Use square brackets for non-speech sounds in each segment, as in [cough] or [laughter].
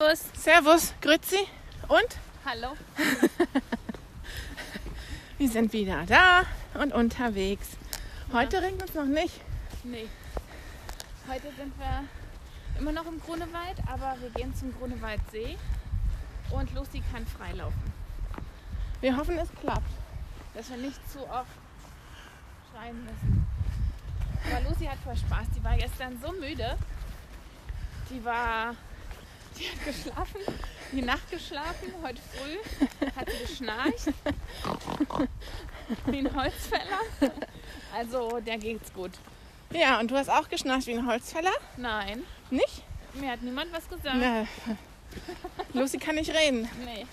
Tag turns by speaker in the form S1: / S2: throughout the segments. S1: Servus.
S2: Servus, Grüezi und
S1: Hallo.
S2: [laughs] wir sind wieder da und unterwegs. Heute regnet es noch nicht.
S1: Nee. Heute sind wir immer noch im Grunewald, aber wir gehen zum Grunewaldsee und Lucy kann freilaufen.
S2: Wir hoffen, es klappt.
S1: Dass wir nicht zu oft schreien müssen. Aber Lucy hat voll Spaß. Die war gestern so müde. Die war. Die hat geschlafen, die Nacht geschlafen, heute früh hat sie geschnarcht. Wie ein Holzfäller. Also, der geht's gut.
S2: Ja, und du hast auch geschnarcht wie ein Holzfäller,
S1: Nein,
S2: nicht?
S1: mir hat niemand was gesagt.
S2: Na, Lucy kann nicht reden.
S1: Nee.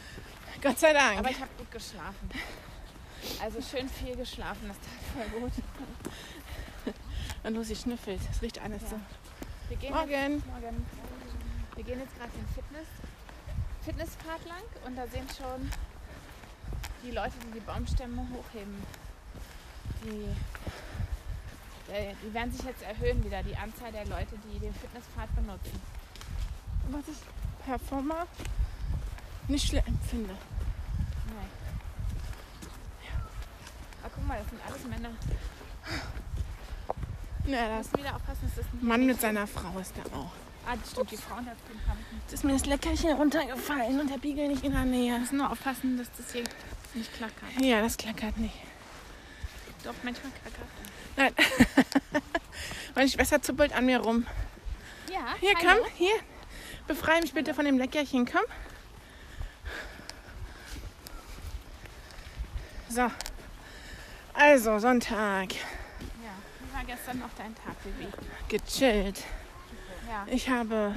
S2: Gott sei Dank.
S1: Aber ich habe gut geschlafen. Also schön viel geschlafen, das tat voll gut.
S2: und Lucy schnüffelt. Es riecht alles
S1: Ja.
S2: so.
S1: Wir gehen
S2: Morgen.
S1: Jetzt, morgen. Wir gehen jetzt gerade den Fitness, Fitnesspfad lang und da sehen schon die Leute, die die Baumstämme hochheben. Die, äh, die werden sich jetzt erhöhen wieder, die Anzahl der Leute, die den Fitnesspfad benutzen.
S2: Was ich Performer nicht schlimm empfinde.
S1: Nein. Ah, guck mal, das sind alles Männer. Wir
S2: Ja, das
S1: müssen wieder aufpassen, dass das nicht...
S2: Mann mit seiner Frau ist da auch.
S1: Ah, das stimmt, die Frauen da drin haben
S2: Jetzt ist mir das Leckerchen runtergefallen und der Biegel nicht in der Nähe.
S1: müssen nur aufpassen, dass das hier nicht klackert.
S2: Ja, das klackert nicht.
S1: Doch, manchmal klackert.
S2: Meine Schwester zuppelt an mir rum.
S1: Ja,
S2: Hier,
S1: hallo.
S2: komm, hier. Befreie mich bitte von dem Leckerchen, komm. So. Also, Sonntag.
S1: Ja, wie war gestern noch dein Tag, Baby?
S2: Gechillt.
S1: Ja.
S2: Ich habe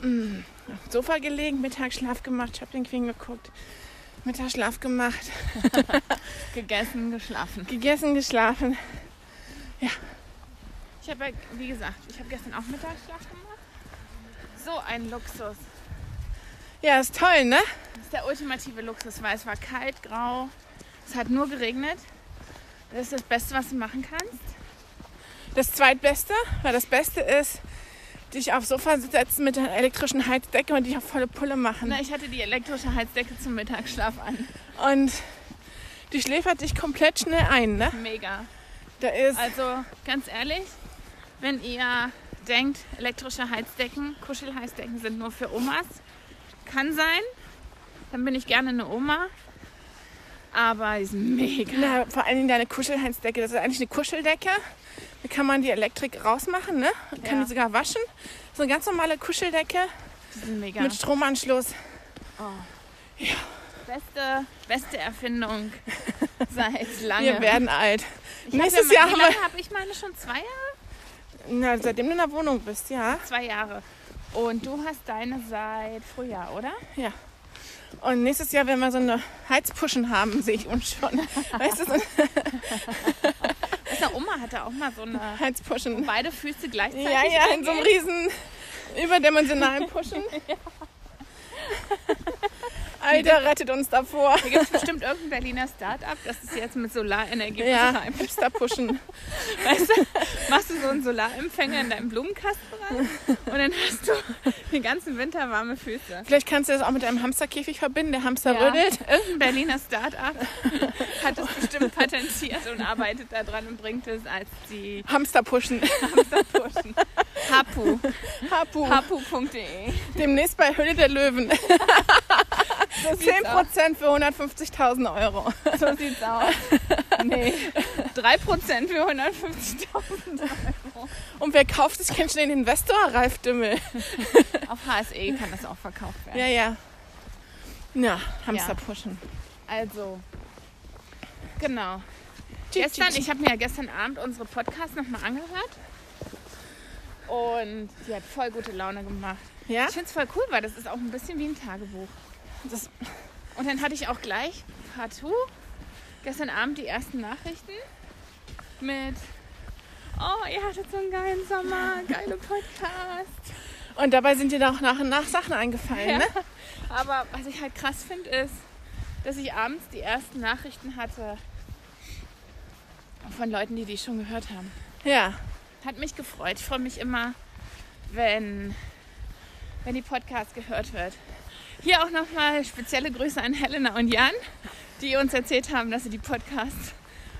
S2: mm, auf dem Sofa gelegen, Mittagsschlaf gemacht, Shopping Queen geguckt, Mittagsschlaf gemacht,
S1: Gegessen, geschlafen.
S2: gegessen, geschlafen.
S1: Ich habe, ja, wie gesagt, ich habe gestern auch Mittagsschlaf gemacht. So ein Luxus.
S2: Ja, ist toll, ne?
S1: Das ist der ultimative Luxus, weil es war kalt, grau, es hat nur geregnet. Das ist das Beste, was du machen kannst.
S2: Das zweitbeste, weil das Beste ist, dich aufs Sofa setzen mit der elektrischen Heizdecke und dich auf volle Pulle machen.
S1: Na, ich hatte die elektrische Heizdecke zum Mittagsschlaf an.
S2: Und die schläfert dich komplett schnell ein, ne?
S1: Mega.
S2: Da ist.
S1: Also ganz ehrlich, wenn ihr denkt, elektrische Heizdecken, Kuschelheizdecken sind nur für Omas, kann sein. Dann bin ich gerne eine Oma. Aber die sind mega.
S2: Na, vor allen Dingen deine Kuschelheizdecke. Das ist eigentlich eine Kuscheldecke. Da kann man die Elektrik rausmachen, ne? Und kann
S1: Ja.
S2: die sogar waschen. So eine ganz normale Kuscheldecke
S1: Die sind mega.
S2: mit Stromanschluss.
S1: Beste, beste Erfindung
S2: [laughs]
S1: seit lange.
S2: Wir werden alt.
S1: Ich hab
S2: Nächstes
S1: ja
S2: Jahr haben
S1: mal, wie
S2: wir.
S1: lange habe ich meine schon? Zwei Jahre?
S2: Na, seitdem du in der Wohnung bist, ja.
S1: Zwei Jahre. Und du hast deine seit Frühjahr, oder?
S2: Und nächstes Jahr werden wir so eine Heizpuschen haben, sehe ich uns
S1: [laughs]
S2: schon. Weißt du, so eine
S1: Meine Oma hatte auch mal
S2: [laughs]
S1: so eine.
S2: Heizpuschen.
S1: Beide Füße gleichzeitig.
S2: Ja, ja, in so einem
S1: eingehen.
S2: riesen überdimensionalen
S1: [laughs]
S2: Pushen. [laughs] Alter, rettet uns davor.
S1: Da gibt es bestimmt irgendein Berliner Start-up, das ist jetzt mit Solarenergie
S2: Ja,
S1: betreibt.
S2: Hipster pushen.
S1: Weißt du, machst du so einen Solarempfänger in deinen Blumenkasten rein und dann hast du den ganzen Winter warme Füße.
S2: Vielleicht kannst du das auch mit einem Hamsterkäfig verbinden, der Hamster
S1: Ja,
S2: rödelt.
S1: irgendein Berliner Start-up hat es bestimmt patentiert und arbeitet daran und bringt es als die
S2: Hamster pushen.
S1: Hamsterpushen. Hapu.
S2: Hapu.
S1: Hapu.de.
S2: Demnächst bei Höhle der Löwen.
S1: So sieht's aus.
S2: 10% für 150.000 Euro.
S1: So sieht's aus. Nee. 3% für 150.000 Euro.
S2: Und wer kauft sich, kennt schon den Investor, Ralf Dümmel.
S1: Auf HSE kann das auch verkauft werden.
S2: Ja, ja. Ja, Hamster pushen.
S1: Also, genau.
S2: Tschüss,
S1: gestern,
S2: tschüss.
S1: ich habe mir ja gestern Abend unsere Podcast nochmal angehört. Und die hat voll gute Laune gemacht.
S2: Ja?
S1: Ich finde es voll cool, weil das ist auch ein bisschen wie ein Tagebuch.
S2: Das,
S1: Und dann hatte ich auch gleich partout gestern Abend die ersten Nachrichten mit Oh, ihr hattet so einen geilen Sommer,
S2: [laughs]
S1: geile Podcast.
S2: und dabei sind dir doch nach und nach Sachen eingefallen,
S1: Ja.
S2: ne?
S1: Aber was ich halt krass finde, ist, dass ich abends die ersten Nachrichten hatte von Leuten, die die schon gehört haben.
S2: Ja.
S1: Hat mich gefreut. Ich freue mich immer, wenn wenn die Podcast gehört wird. Hier auch nochmal spezielle Grüße an Helena und Jan, die uns erzählt haben, dass sie die Podcasts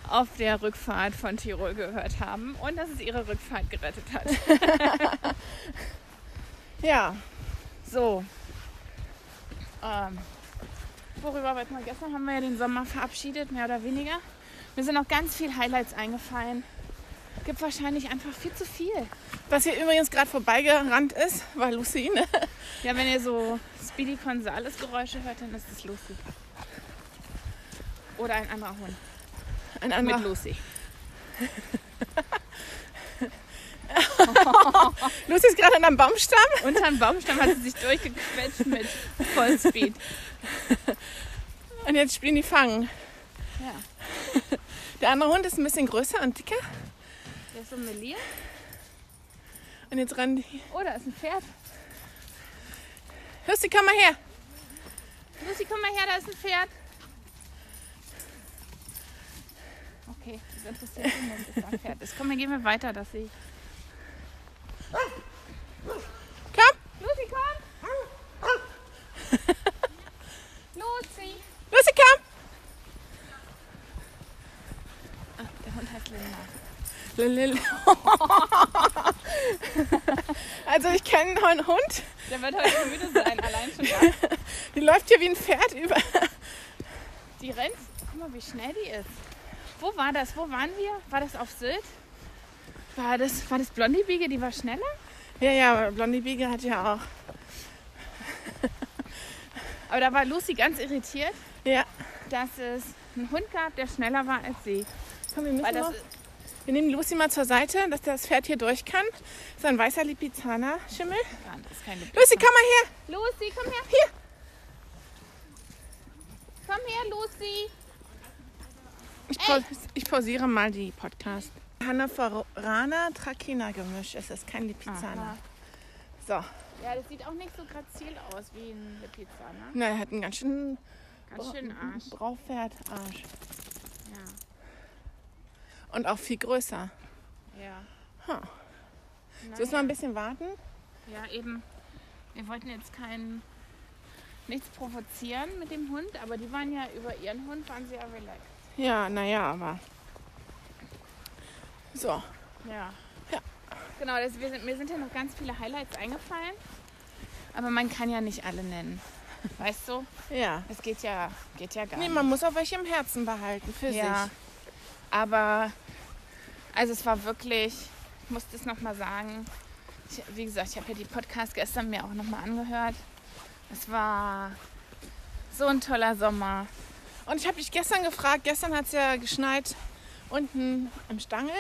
S1: auf der Rückfahrt von Tirol gehört haben und dass es ihre Rückfahrt gerettet hat.
S2: Ja,
S1: So. Ähm, worüber wollten wir gestern? Haben wir ja den Sommer verabschiedet, mehr oder weniger. Mir sind noch ganz viel Highlights eingefallen. Gibt wahrscheinlich einfach viel zu viel.
S2: was hier übrigens gerade vorbeigerannt ist, war Lucy. Ne?
S1: Ja, wenn ihr so Speedy Gonzales Geräusche hört, dann ist es Lucy. Oder ein anderer Hund.
S2: Ein
S1: Mit
S2: anderer.
S1: Lucy.
S2: Lucy ist gerade an einem Baumstamm.
S1: Unterm Baumstamm hat sie sich durchgequetscht mit Vollspeed.
S2: Und jetzt spielen die Fangen.
S1: Ja.
S2: Der andere Hund ist ein bisschen größer und dicker.
S1: Der ist so ein Melier.
S2: Und jetzt rennen die.
S1: Oh, da ist ein Pferd.
S2: Lucy, komm mal her.
S1: Lucy, komm mal her, da ist ein Pferd. Okay, das interessiert mich nicht, dass da ein Pferd ist. Komm, dann gehen wir weiter, das sehe ich.
S2: Komm.
S1: Lucy, komm! Lucy!
S2: Lucy, komm.
S1: Ah, der Hund heißt Linda.
S2: Lelele. [laughs] Also ich kenne einen Hund,
S1: Der wird heute müde sein, allein schon da.
S2: die läuft hier wie ein Pferd über.
S1: Die rennt. Guck mal, wie schnell die ist. Wo war das? Wo waren wir? War das auf Sylt? War das, war das Blondiebiege, die war schneller?
S2: Ja, ja, aber Blondie Biege hat ja auch.
S1: Aber da war Lucy ganz irritiert,
S2: Ja.
S1: dass es einen Hund gab, der schneller war als sie.
S2: Komm, wir, müssen
S1: Weil
S2: noch,
S1: das,
S2: wir nehmen Lucy mal zur Seite, dass das Pferd hier durch kann. Das ist ein weißer Lipizzaner-Schimmel.
S1: Nein, das ist keine
S2: Lucy, komm mal her.
S1: Lucy, komm her. Hier. Komm her, Lucy.
S2: Ich, paus ich pausiere mal die Podcast. Hannoveraner Trakina Gemisch. Es ist kein
S1: ne?
S2: Lipizzaner. So,
S1: Ah. Ja, das sieht auch nicht so grazil aus wie ein Pizza, ne?
S2: na, er hat einen ganz schönen
S1: Ganz schön Arsch.
S2: Braupferd-Arsch.
S1: Ja.
S2: Und auch viel größer.
S1: Ja.
S2: Huh.
S1: Naja.
S2: Soll ich noch ein bisschen warten?
S1: ja, eben. Wir wollten jetzt keinen nichts provozieren mit dem Hund, aber die waren ja über ihren Hund waren sie ja relaxed.
S2: Ja, naja, aber. So,
S1: Ja.
S2: Ja.
S1: Genau, das, wir sind, mir sind ja noch ganz viele Highlights eingefallen. Aber man kann ja nicht alle nennen. Weißt du?
S2: ja.
S1: Das geht ja, geht ja gar
S2: Nee,
S1: nicht.
S2: man muss auch welche im Herzen behalten für
S1: ja.
S2: sich.
S1: Aber also es war wirklich, ich muss das nochmal sagen. Ich, wie gesagt, ich habe ja die Podcast gestern mir auch nochmal angehört. Es war so ein toller Sommer.
S2: Und ich habe dich gestern gefragt, gestern hat es ja geschneit unten im Stangel.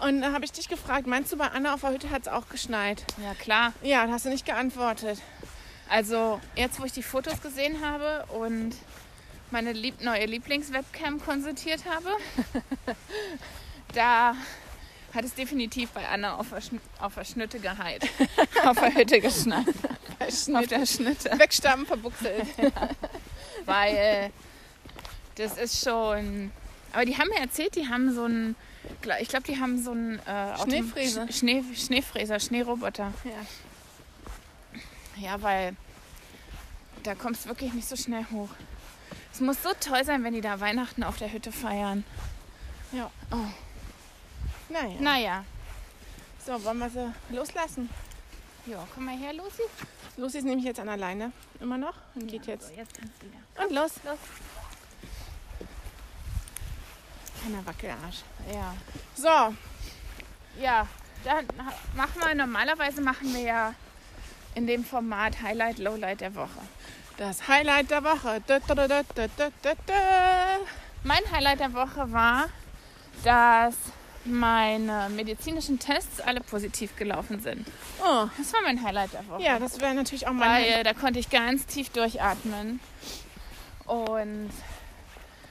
S2: Und da habe ich dich gefragt, meinst du, bei Anna auf der Hütte hat es auch geschneit?
S1: Ja klar.
S2: Ja, da hast du nicht geantwortet.
S1: Also jetzt, wo ich die Fotos gesehen habe und meine lieb neue Lieblingswebcam konsultiert [laughs] habe, da hat es definitiv bei Anna auf der, Schn auf der Schnitte geheilt. [laughs] auf der Hütte geschneit. auf der Schnitte.
S2: Wegstammen, verbuchselt.
S1: weil äh, das ist schon. Aber die haben mir erzählt, die haben so einen, gla- ich glaube, die haben so einen äh, Auto-
S2: Schneefräser.
S1: Sch- Schnee, Schneefräser, Schneeroboter.
S2: Ja.
S1: Ja, weil da kommst du wirklich nicht so schnell hoch. Es muss so toll sein, wenn die da Weihnachten auf der Hütte feiern.
S2: Naja.
S1: Naja,
S2: So, wollen wir sie loslassen?
S1: ja, komm mal her, Lucy.
S2: Lucy ist nämlich jetzt an der Leine. Immer noch. Und geht jetzt.
S1: Hm, So, jetzt kannst du wieder.
S2: Und los.
S1: Los.
S2: Kleiner Wackelarsch.
S1: Ja.
S2: So,
S1: Ja, dann ha- machen wir, normalerweise machen wir ja in dem Format Highlight, Lowlight der Woche.
S2: das Highlight der Woche. Dö, dö, dö, dö, dö, dö, dö.
S1: Mein Highlight der Woche war, dass meine medizinischen Tests alle positiv gelaufen sind.
S2: Oh,
S1: Das war mein Highlight der Woche.
S2: ja, das wäre natürlich auch mein.
S1: weil äh, da konnte ich ganz tief durchatmen und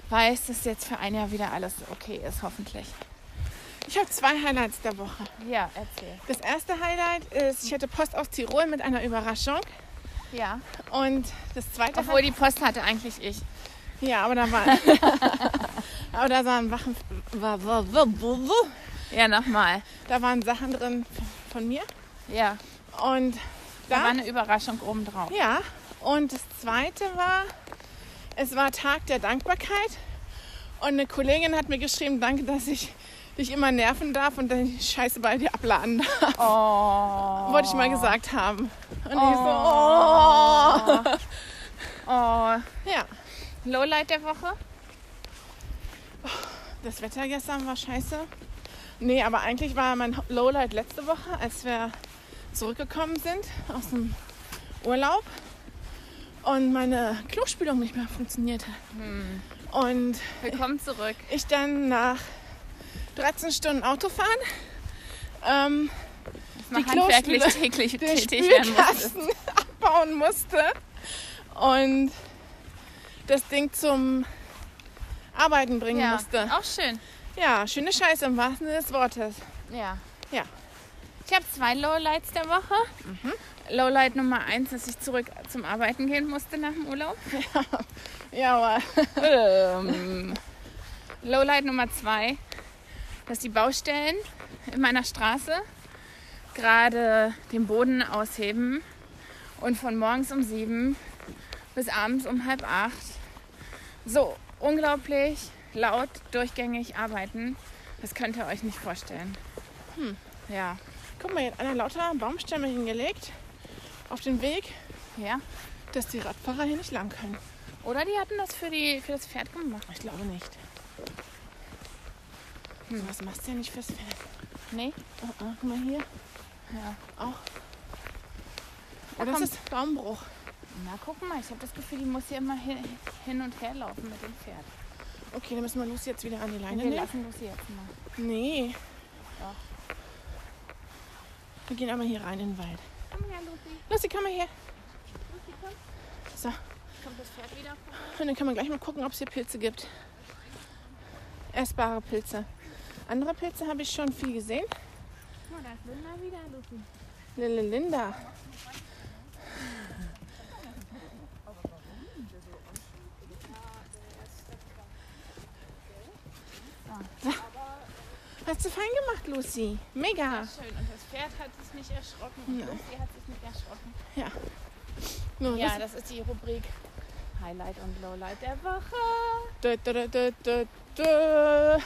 S1: weiß, dass jetzt für ein Jahr wieder alles okay ist, hoffentlich.
S2: Ich habe zwei Highlights der Woche.
S1: Ja, erzähl.
S2: Das erste Highlight ist, ich hatte Post aus Tirol mit einer Überraschung.
S1: Ja.
S2: Und das zweite
S1: Obwohl die Post hatte eigentlich ich.
S2: Highlight. Ja, aber da war. [laughs] aber da waren Wachen. wa- wa- wa- wa- wa-
S1: Ja, nochmal.
S2: Da waren Sachen drin von mir.
S1: Ja.
S2: Und
S1: Da war eine Überraschung obendrauf.
S2: Ja, und das zweite war, es war Tag der Dankbarkeit und eine Kollegin hat mir geschrieben, danke, dass ich dich immer nerven darf und die Scheiße bei dir abladen darf.
S1: Oh.
S2: Wollte ich mal gesagt haben. Und ich oh. so,
S1: Oh. Oh.
S2: oh. Ja,
S1: Lowlight der Woche?
S2: das Wetter gestern war scheiße. Nee, aber eigentlich war mein Lowlight letzte Woche, als wir zurückgekommen sind aus dem Urlaub und meine Klospülung nicht mehr funktioniert hat.
S1: Hm.
S2: Und
S1: Willkommen zurück.
S2: ich dann nach 13 Stunden Autofahren
S1: [laughs]
S2: ähm,
S1: Dass
S2: Die
S1: man handwerklich
S2: Klospüle-
S1: täglich
S2: den
S1: tätig werden muss.
S2: Spülkasten [laughs] abbauen musste und das Ding zum Arbeiten bringen
S1: Ja,
S2: musste.
S1: auch schön.
S2: Ja, schöne Scheiße im wahrsten Sinne des Wortes.
S1: Ja.
S2: Ja.
S1: Ich habe zwei Lowlights der Woche. Lowlight Nummer eins, dass ich zurück zum Arbeiten gehen musste nach dem Urlaub.
S2: Ja, aber
S1: ähm, Lowlight Nummer zwei, dass die Baustellen in meiner Straße gerade den Boden ausheben und von morgens um sieben bis abends um halb acht so unglaublich laut durchgängig arbeiten. Das könnt ihr euch nicht vorstellen. Ja,
S2: guck mal, jetzt einer lauter Baumstämme hingelegt auf den Weg,
S1: ja.
S2: dass die Radfahrer hier nicht lang können.
S1: Oder die hatten das für, die, für das Pferd gemacht.
S2: Ich glaube nicht. Hm. Was machst du denn nicht fürs Pferd?
S1: Nee?
S2: Oh, oh, guck mal hier.
S1: Ja.
S2: Auch.
S1: Da
S2: Oh, das
S1: kommt-
S2: ist Baumbruch.
S1: Na, guck mal, ich habe das Gefühl, die muss hier immer hin, hin und her laufen mit dem Pferd.
S2: Okay, dann müssen wir Lucy jetzt wieder an die Leine
S1: Wir
S2: nehmen.
S1: lassen Lucy jetzt mal.
S2: Nee.
S1: Doch.
S2: Wir gehen einmal hier rein in den Wald.
S1: Komm her, Lucy.
S2: Lucy, komm mal her.
S1: Lucy, komm.
S2: So,
S1: Kommt das Pferd wieder vorbei?
S2: und dann können wir gleich mal gucken, ob es hier Pilze gibt. Essbare Pilze. Andere Pilze habe ich schon viel gesehen.
S1: Guck mal, da ist Linda wieder, Lucy.
S2: Lille Linda. Hast du fein gemacht, Lucy. Mega.
S1: Schön, und das Pferd hat sich nicht erschrocken. Und
S2: Nein.
S1: Lucy hat sich nicht erschrocken.
S2: Nur
S1: Ja,
S2: ja,
S1: das ist die Rubrik Highlight und Lowlight der Woche.
S2: dö, dö, dö, dö, dö, dö.
S1: Aber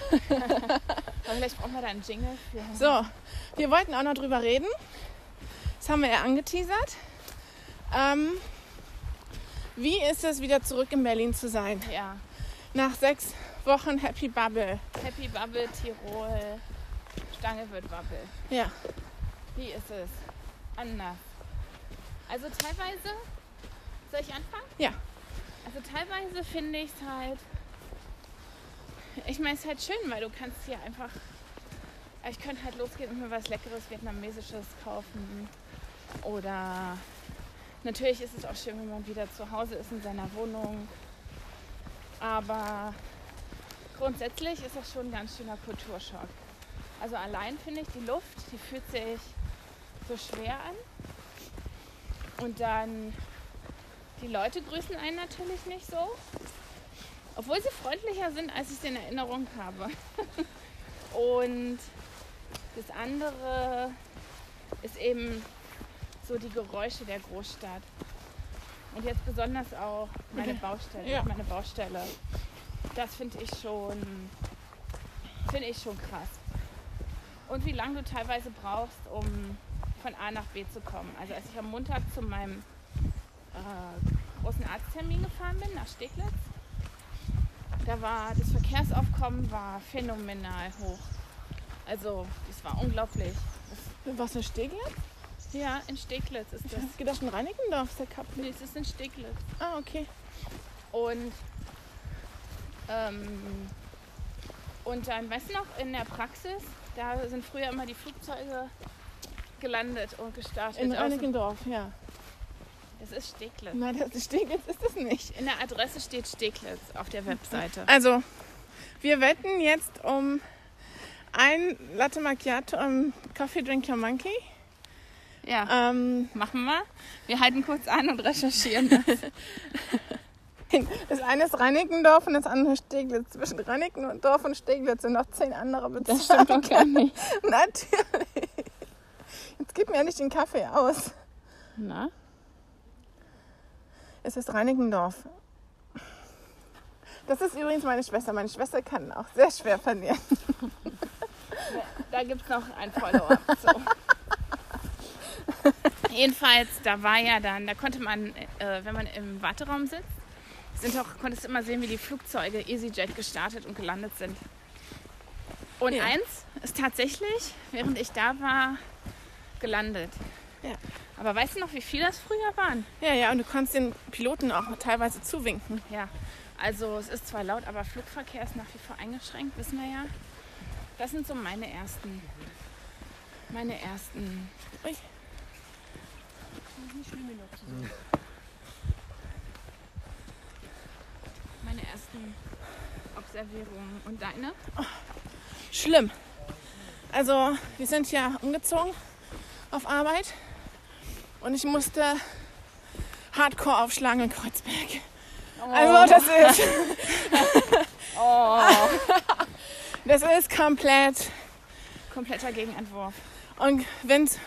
S1: vielleicht brauchen wir da einen Jingle für.
S2: So, wir wollten auch noch drüber reden. Das haben wir ja angeteasert. Ähm, wie ist es, wieder zurück in Berlin zu sein?
S1: Ja,
S2: Nach sechs Wochen Happy Bubble.
S1: Happy Bubble, Tirol, Stange wird Bubble.
S2: Ja.
S1: Wie ist es? Anders. Also teilweise, soll ich anfangen?
S2: Ja.
S1: Also teilweise finde ich es halt, ich meine es ist halt schön, weil du kannst hier einfach, ich könnte halt losgehen und mir was Leckeres Vietnamesisches kaufen. Oder natürlich ist es auch schön, wenn man wieder zu Hause ist in seiner Wohnung. Aber grundsätzlich ist das schon ein ganz schöner Kulturschock. Also allein finde ich die Luft, die fühlt sich so schwer an. Und dann die Leute grüßen einen natürlich nicht so. Obwohl sie freundlicher sind, als ich es in Erinnerung habe. [laughs] Und das andere ist eben so die Geräusche der Großstadt. Und jetzt besonders auch meine Baustelle.
S2: Ja.
S1: Meine Baustelle. Das finde ich schon finde ich schon krass. Und wie lange du teilweise brauchst, um von A nach B zu kommen. Also als ich am Montag zu meinem äh, großen Arzttermin gefahren bin nach Steglitz, da war das Verkehrsaufkommen war phänomenal hoch. Also das war unglaublich.
S2: Was in Steglitz?
S1: Ja, in Steglitz ist
S2: Ich
S1: das.
S2: hab gedacht, in Reinickendorf ist der Cup.
S1: Nee, es ist in Steglitz.
S2: Ah, okay.
S1: Und, ähm, und dann, weißt du noch, in der Praxis, da sind früher immer die Flugzeuge gelandet und gestartet.
S2: In
S1: Aus-
S2: Reinickendorf, ja.
S1: das ist Steglitz.
S2: Nein, das ist Steglitz ist das nicht.
S1: In der Adresse steht Steglitz auf der Webseite.
S2: Also, wir wetten jetzt um ein Latte Macchiato im Coffee Drink Your Monkey.
S1: [laughs] Ja,
S2: Ähm,
S1: machen wir. Wir halten kurz an und recherchieren. das.
S2: Das eine ist Reinickendorf und das andere Steglitz. Zwischen Reinickendorf und Steglitz sind noch zehn andere Bezirke. [laughs]
S1: doch gar nicht.
S2: Natürlich. Jetzt gib mir ja nicht den Kaffee aus. Na? Es ist Reinickendorf. Das ist übrigens meine Schwester. Meine Schwester kann auch sehr schwer verlieren.
S1: Da gibt es noch ein Follow-up.
S2: [laughs]
S1: So. Jedenfalls, da war ja dann, da konnte man, äh, wenn man im Warteraum sitzt, sind auch, konntest du immer sehen, wie die Flugzeuge EasyJet gestartet und gelandet sind. Und
S2: Ja.
S1: eins ist tatsächlich, während ich da war, gelandet.
S2: Ja.
S1: Aber weißt du noch, wie viel das früher waren?
S2: Ja, ja, und du kannst den Piloten auch teilweise zuwinken.
S1: Ja, also es ist zwar laut, aber Flugverkehr ist nach wie vor eingeschränkt, wissen wir ja. Das sind so meine ersten, meine ersten
S2: Ui.
S1: meine ersten Observierungen. Und deine?
S2: Schlimm. Also, wir sind ja umgezogen auf Arbeit und ich musste hardcore aufschlagen in Kreuzberg. Also, das ist,
S1: Oh.
S2: das ist komplett.
S1: [laughs] Kompletter Gegenentwurf.
S2: Und wenn's,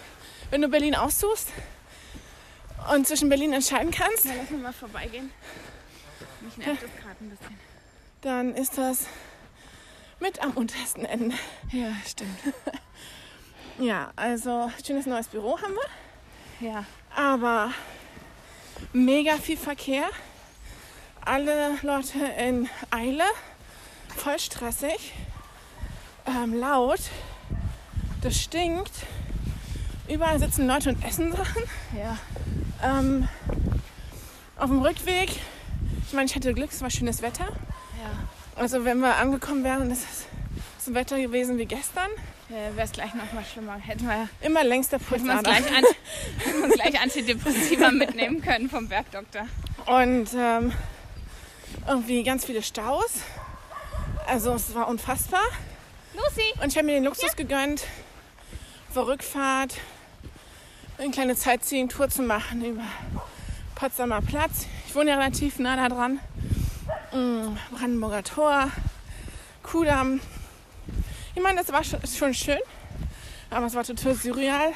S2: wenn du Berlin aussuchst und zwischen Berlin entscheiden kannst,
S1: Na, lass mich mal vorbeigehen. Mich nervt das gerade ein bisschen.
S2: dann ist das mit am untersten Ende.
S1: Ja, stimmt.
S2: Ja, also schönes neues Büro haben wir,
S1: Ja.
S2: aber mega viel Verkehr. Alle Leute in Eile, voll stressig, ähm, laut, das stinkt. Überall sitzen Leute und essen Sachen.
S1: Ja.
S2: Ähm, auf dem Rückweg, ich meine, ich hatte Glück, es war schönes Wetter.
S1: Ja.
S2: Also wenn wir angekommen wären, ist es so Wetter gewesen wie gestern.
S1: Äh, Wäre es gleich nochmal schlimmer. Hätten wir
S2: Immer längs der
S1: Hätten wir uns
S2: Pulsader.
S1: gleich, anti hätten wir uns gleich Antidepressiva [laughs] mitnehmen können vom Bergdoktor.
S2: Und ähm, irgendwie ganz viele Staus. Also es war unfassbar.
S1: Lucy!
S2: Und ich habe mir den Luxus gegönnt, vor Rückfahrt eine kleine Sightseeing-Tour zu machen über Potsdamer Platz. Ich wohne ja relativ nah da dran. Mm, Brandenburger Tor, Kudamm. Ich meine, das war schon, schon schön, aber es war total surreal.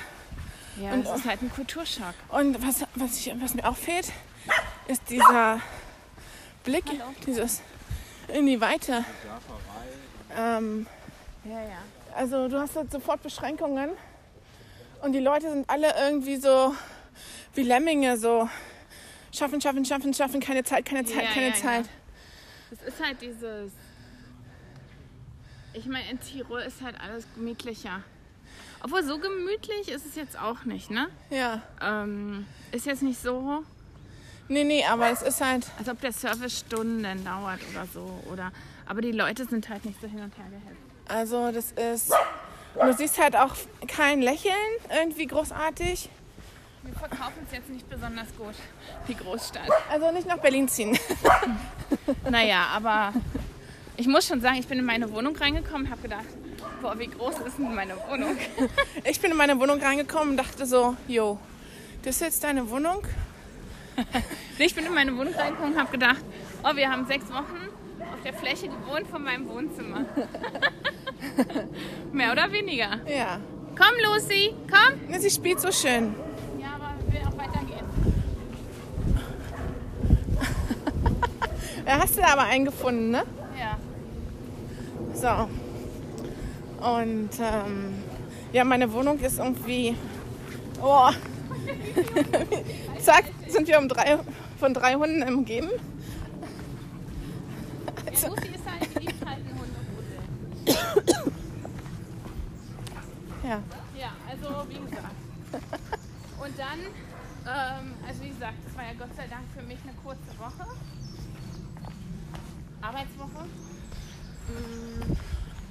S1: Ja,
S2: Und-
S1: das ist halt ein Kulturschock.
S2: Und was, was, ich, was mir auch fehlt, ist dieser Blick,
S1: Hallo.
S2: dieses in die Weite. Ähm,
S1: Ja, ja.
S2: also du hast halt sofort Beschränkungen und die Leute sind alle irgendwie so wie Lemminge, so schaffen, schaffen, schaffen, schaffen, keine Zeit, keine Zeit,
S1: Ja,
S2: keine
S1: ja,
S2: Zeit.
S1: Es ist halt dieses. Ich meine, in Tirol ist halt alles gemütlicher. Obwohl, so gemütlich ist es jetzt auch nicht, ne?
S2: Ja.
S1: Ähm, ist jetzt nicht so,
S2: Nee, nee, aber es ist halt,
S1: als ob der Service Stunden dauert oder so. Oder, aber die Leute sind halt nicht so hin und her gehetzt.
S2: also das ist, du siehst halt auch kein Lächeln irgendwie großartig.
S1: Wir verkaufen es jetzt nicht besonders gut, die Großstadt.
S2: Also nicht nach Berlin ziehen.
S1: Naja, aber ich muss schon sagen, ich bin in meine Wohnung reingekommen und habe gedacht, boah, wie groß ist denn meine Wohnung?
S2: Ich bin in meine Wohnung reingekommen und dachte so, yo, das ist jetzt deine Wohnung?
S1: Nee, Ich bin in meine Wohnung reingekommen und habe gedacht, oh, wir haben sechs Wochen auf der Fläche gewohnt von meinem Wohnzimmer. [laughs] Mehr oder weniger.
S2: Ja.
S1: Komm, Lucy, komm!
S2: Sie spielt so schön.
S1: Ja, aber wir will auch weitergehen.
S2: Da hast du da aber einen gefunden, ne?
S1: Ja.
S2: So. Und ähm, ja, meine Wohnung ist irgendwie. Oh. [laughs] Zack, sind wir um drei, von drei Hunden umgeben.
S1: ja Lucy ist halt, die liebt halt ein Hundebuddel.
S2: Ja.
S1: Ja, also wie gesagt. Und dann, ähm, also wie gesagt, es war ja Gott sei Dank für mich eine kurze Woche. Arbeitswoche. Mm,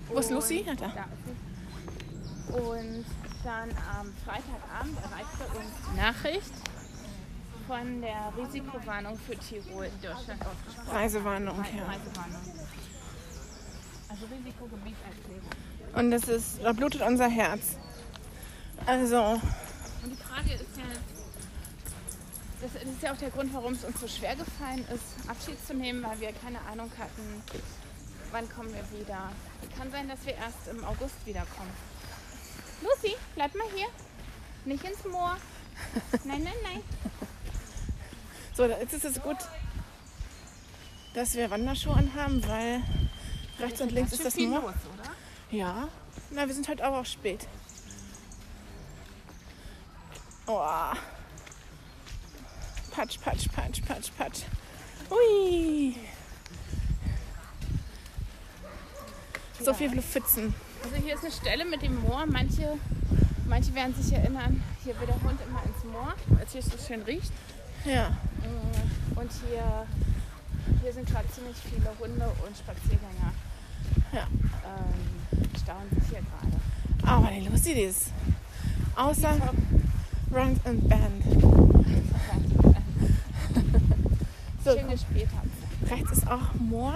S2: Wo ist
S1: und-
S2: Lucy? Ja, da.
S1: Da ist sie. Und dann am Freitagabend erreichte uns die Nachricht von der Risikowarnung für Tirol in Deutschland ausgesprochen.
S2: Reisewarnung, ja.
S1: Reisewarnung. Also Risikogebiet als Leben.
S2: Und das ist, da blutet unser Herz. Also,
S1: Und die Frage ist ja, das ist ja auch der Grund, warum es uns so schwer gefallen ist, Abschied zu nehmen, weil wir keine Ahnung hatten, wann kommen wir wieder. Kann sein, dass wir erst im August wiederkommen. Lucy, bleib mal hier. Nicht ins Moor. Nein, nein,
S2: [laughs]
S1: nein.
S2: So, jetzt ist es gut, dass wir Wanderschuhe anhaben, weil rechts und links ist das
S1: viel
S2: nur.
S1: los, oder?
S2: Ja. Na, wir sind heute aber auch spät. Oh. Patsch, patsch, patsch, patsch, patsch. Ui. So viele Pfützen.
S1: Also hier ist eine Stelle mit dem Moor. Manche, manche werden sich erinnern, hier will der Hund immer ins Moor, weil es hier so schön riecht.
S2: Ja.
S1: Äh, Und hier, hier sind gerade ziemlich viele Hunde und Spaziergänger.
S2: Ja.
S1: Ähm, stauen sich hier gerade.
S2: Aber die Lucy, die ist außer Runs and Band. So,
S1: Schön gespielt haben.
S2: rechts ist auch Moor.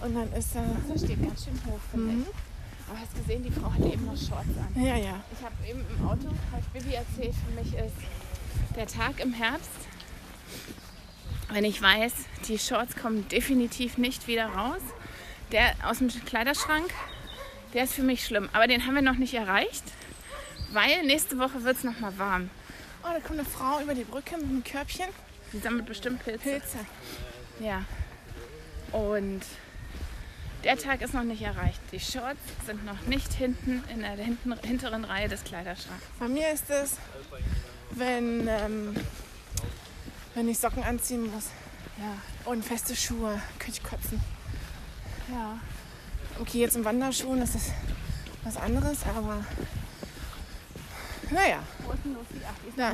S2: Und dann ist da.
S1: Das steht ganz schön hoch, finde
S2: Mhm.
S1: ich. Aber hast gesehen, die Frau hatte eben noch Shorts an.
S2: Ja, ja.
S1: Ich habe eben im Auto, hat Bibi erzählt, für mich ist der Tag im Herbst, wenn ich weiß, die Shorts kommen definitiv nicht wieder raus. Der aus dem Kleiderschrank, der ist für mich schlimm. Aber den haben wir noch nicht erreicht, weil nächste Woche wird es nochmal warm.
S2: Oh, da kommt eine Frau über die Brücke mit einem Körbchen.
S1: Die sammelt bestimmt Pilze.
S2: Pilze.
S1: Ja. Und der Tag ist noch nicht erreicht. Die Shorts sind noch nicht hinten in der hinten, hinteren Reihe des Kleiderschranks.
S2: Bei mir ist es, wenn, ähm, wenn ich Socken anziehen muss
S1: Ja,
S2: und feste Schuhe, könnte ich kotzen.
S1: ja.
S2: Okay, jetzt im Wanderschuhen ist das was anderes, aber naja,
S1: Wo ist denn Lucy? Ach, die ist
S2: da.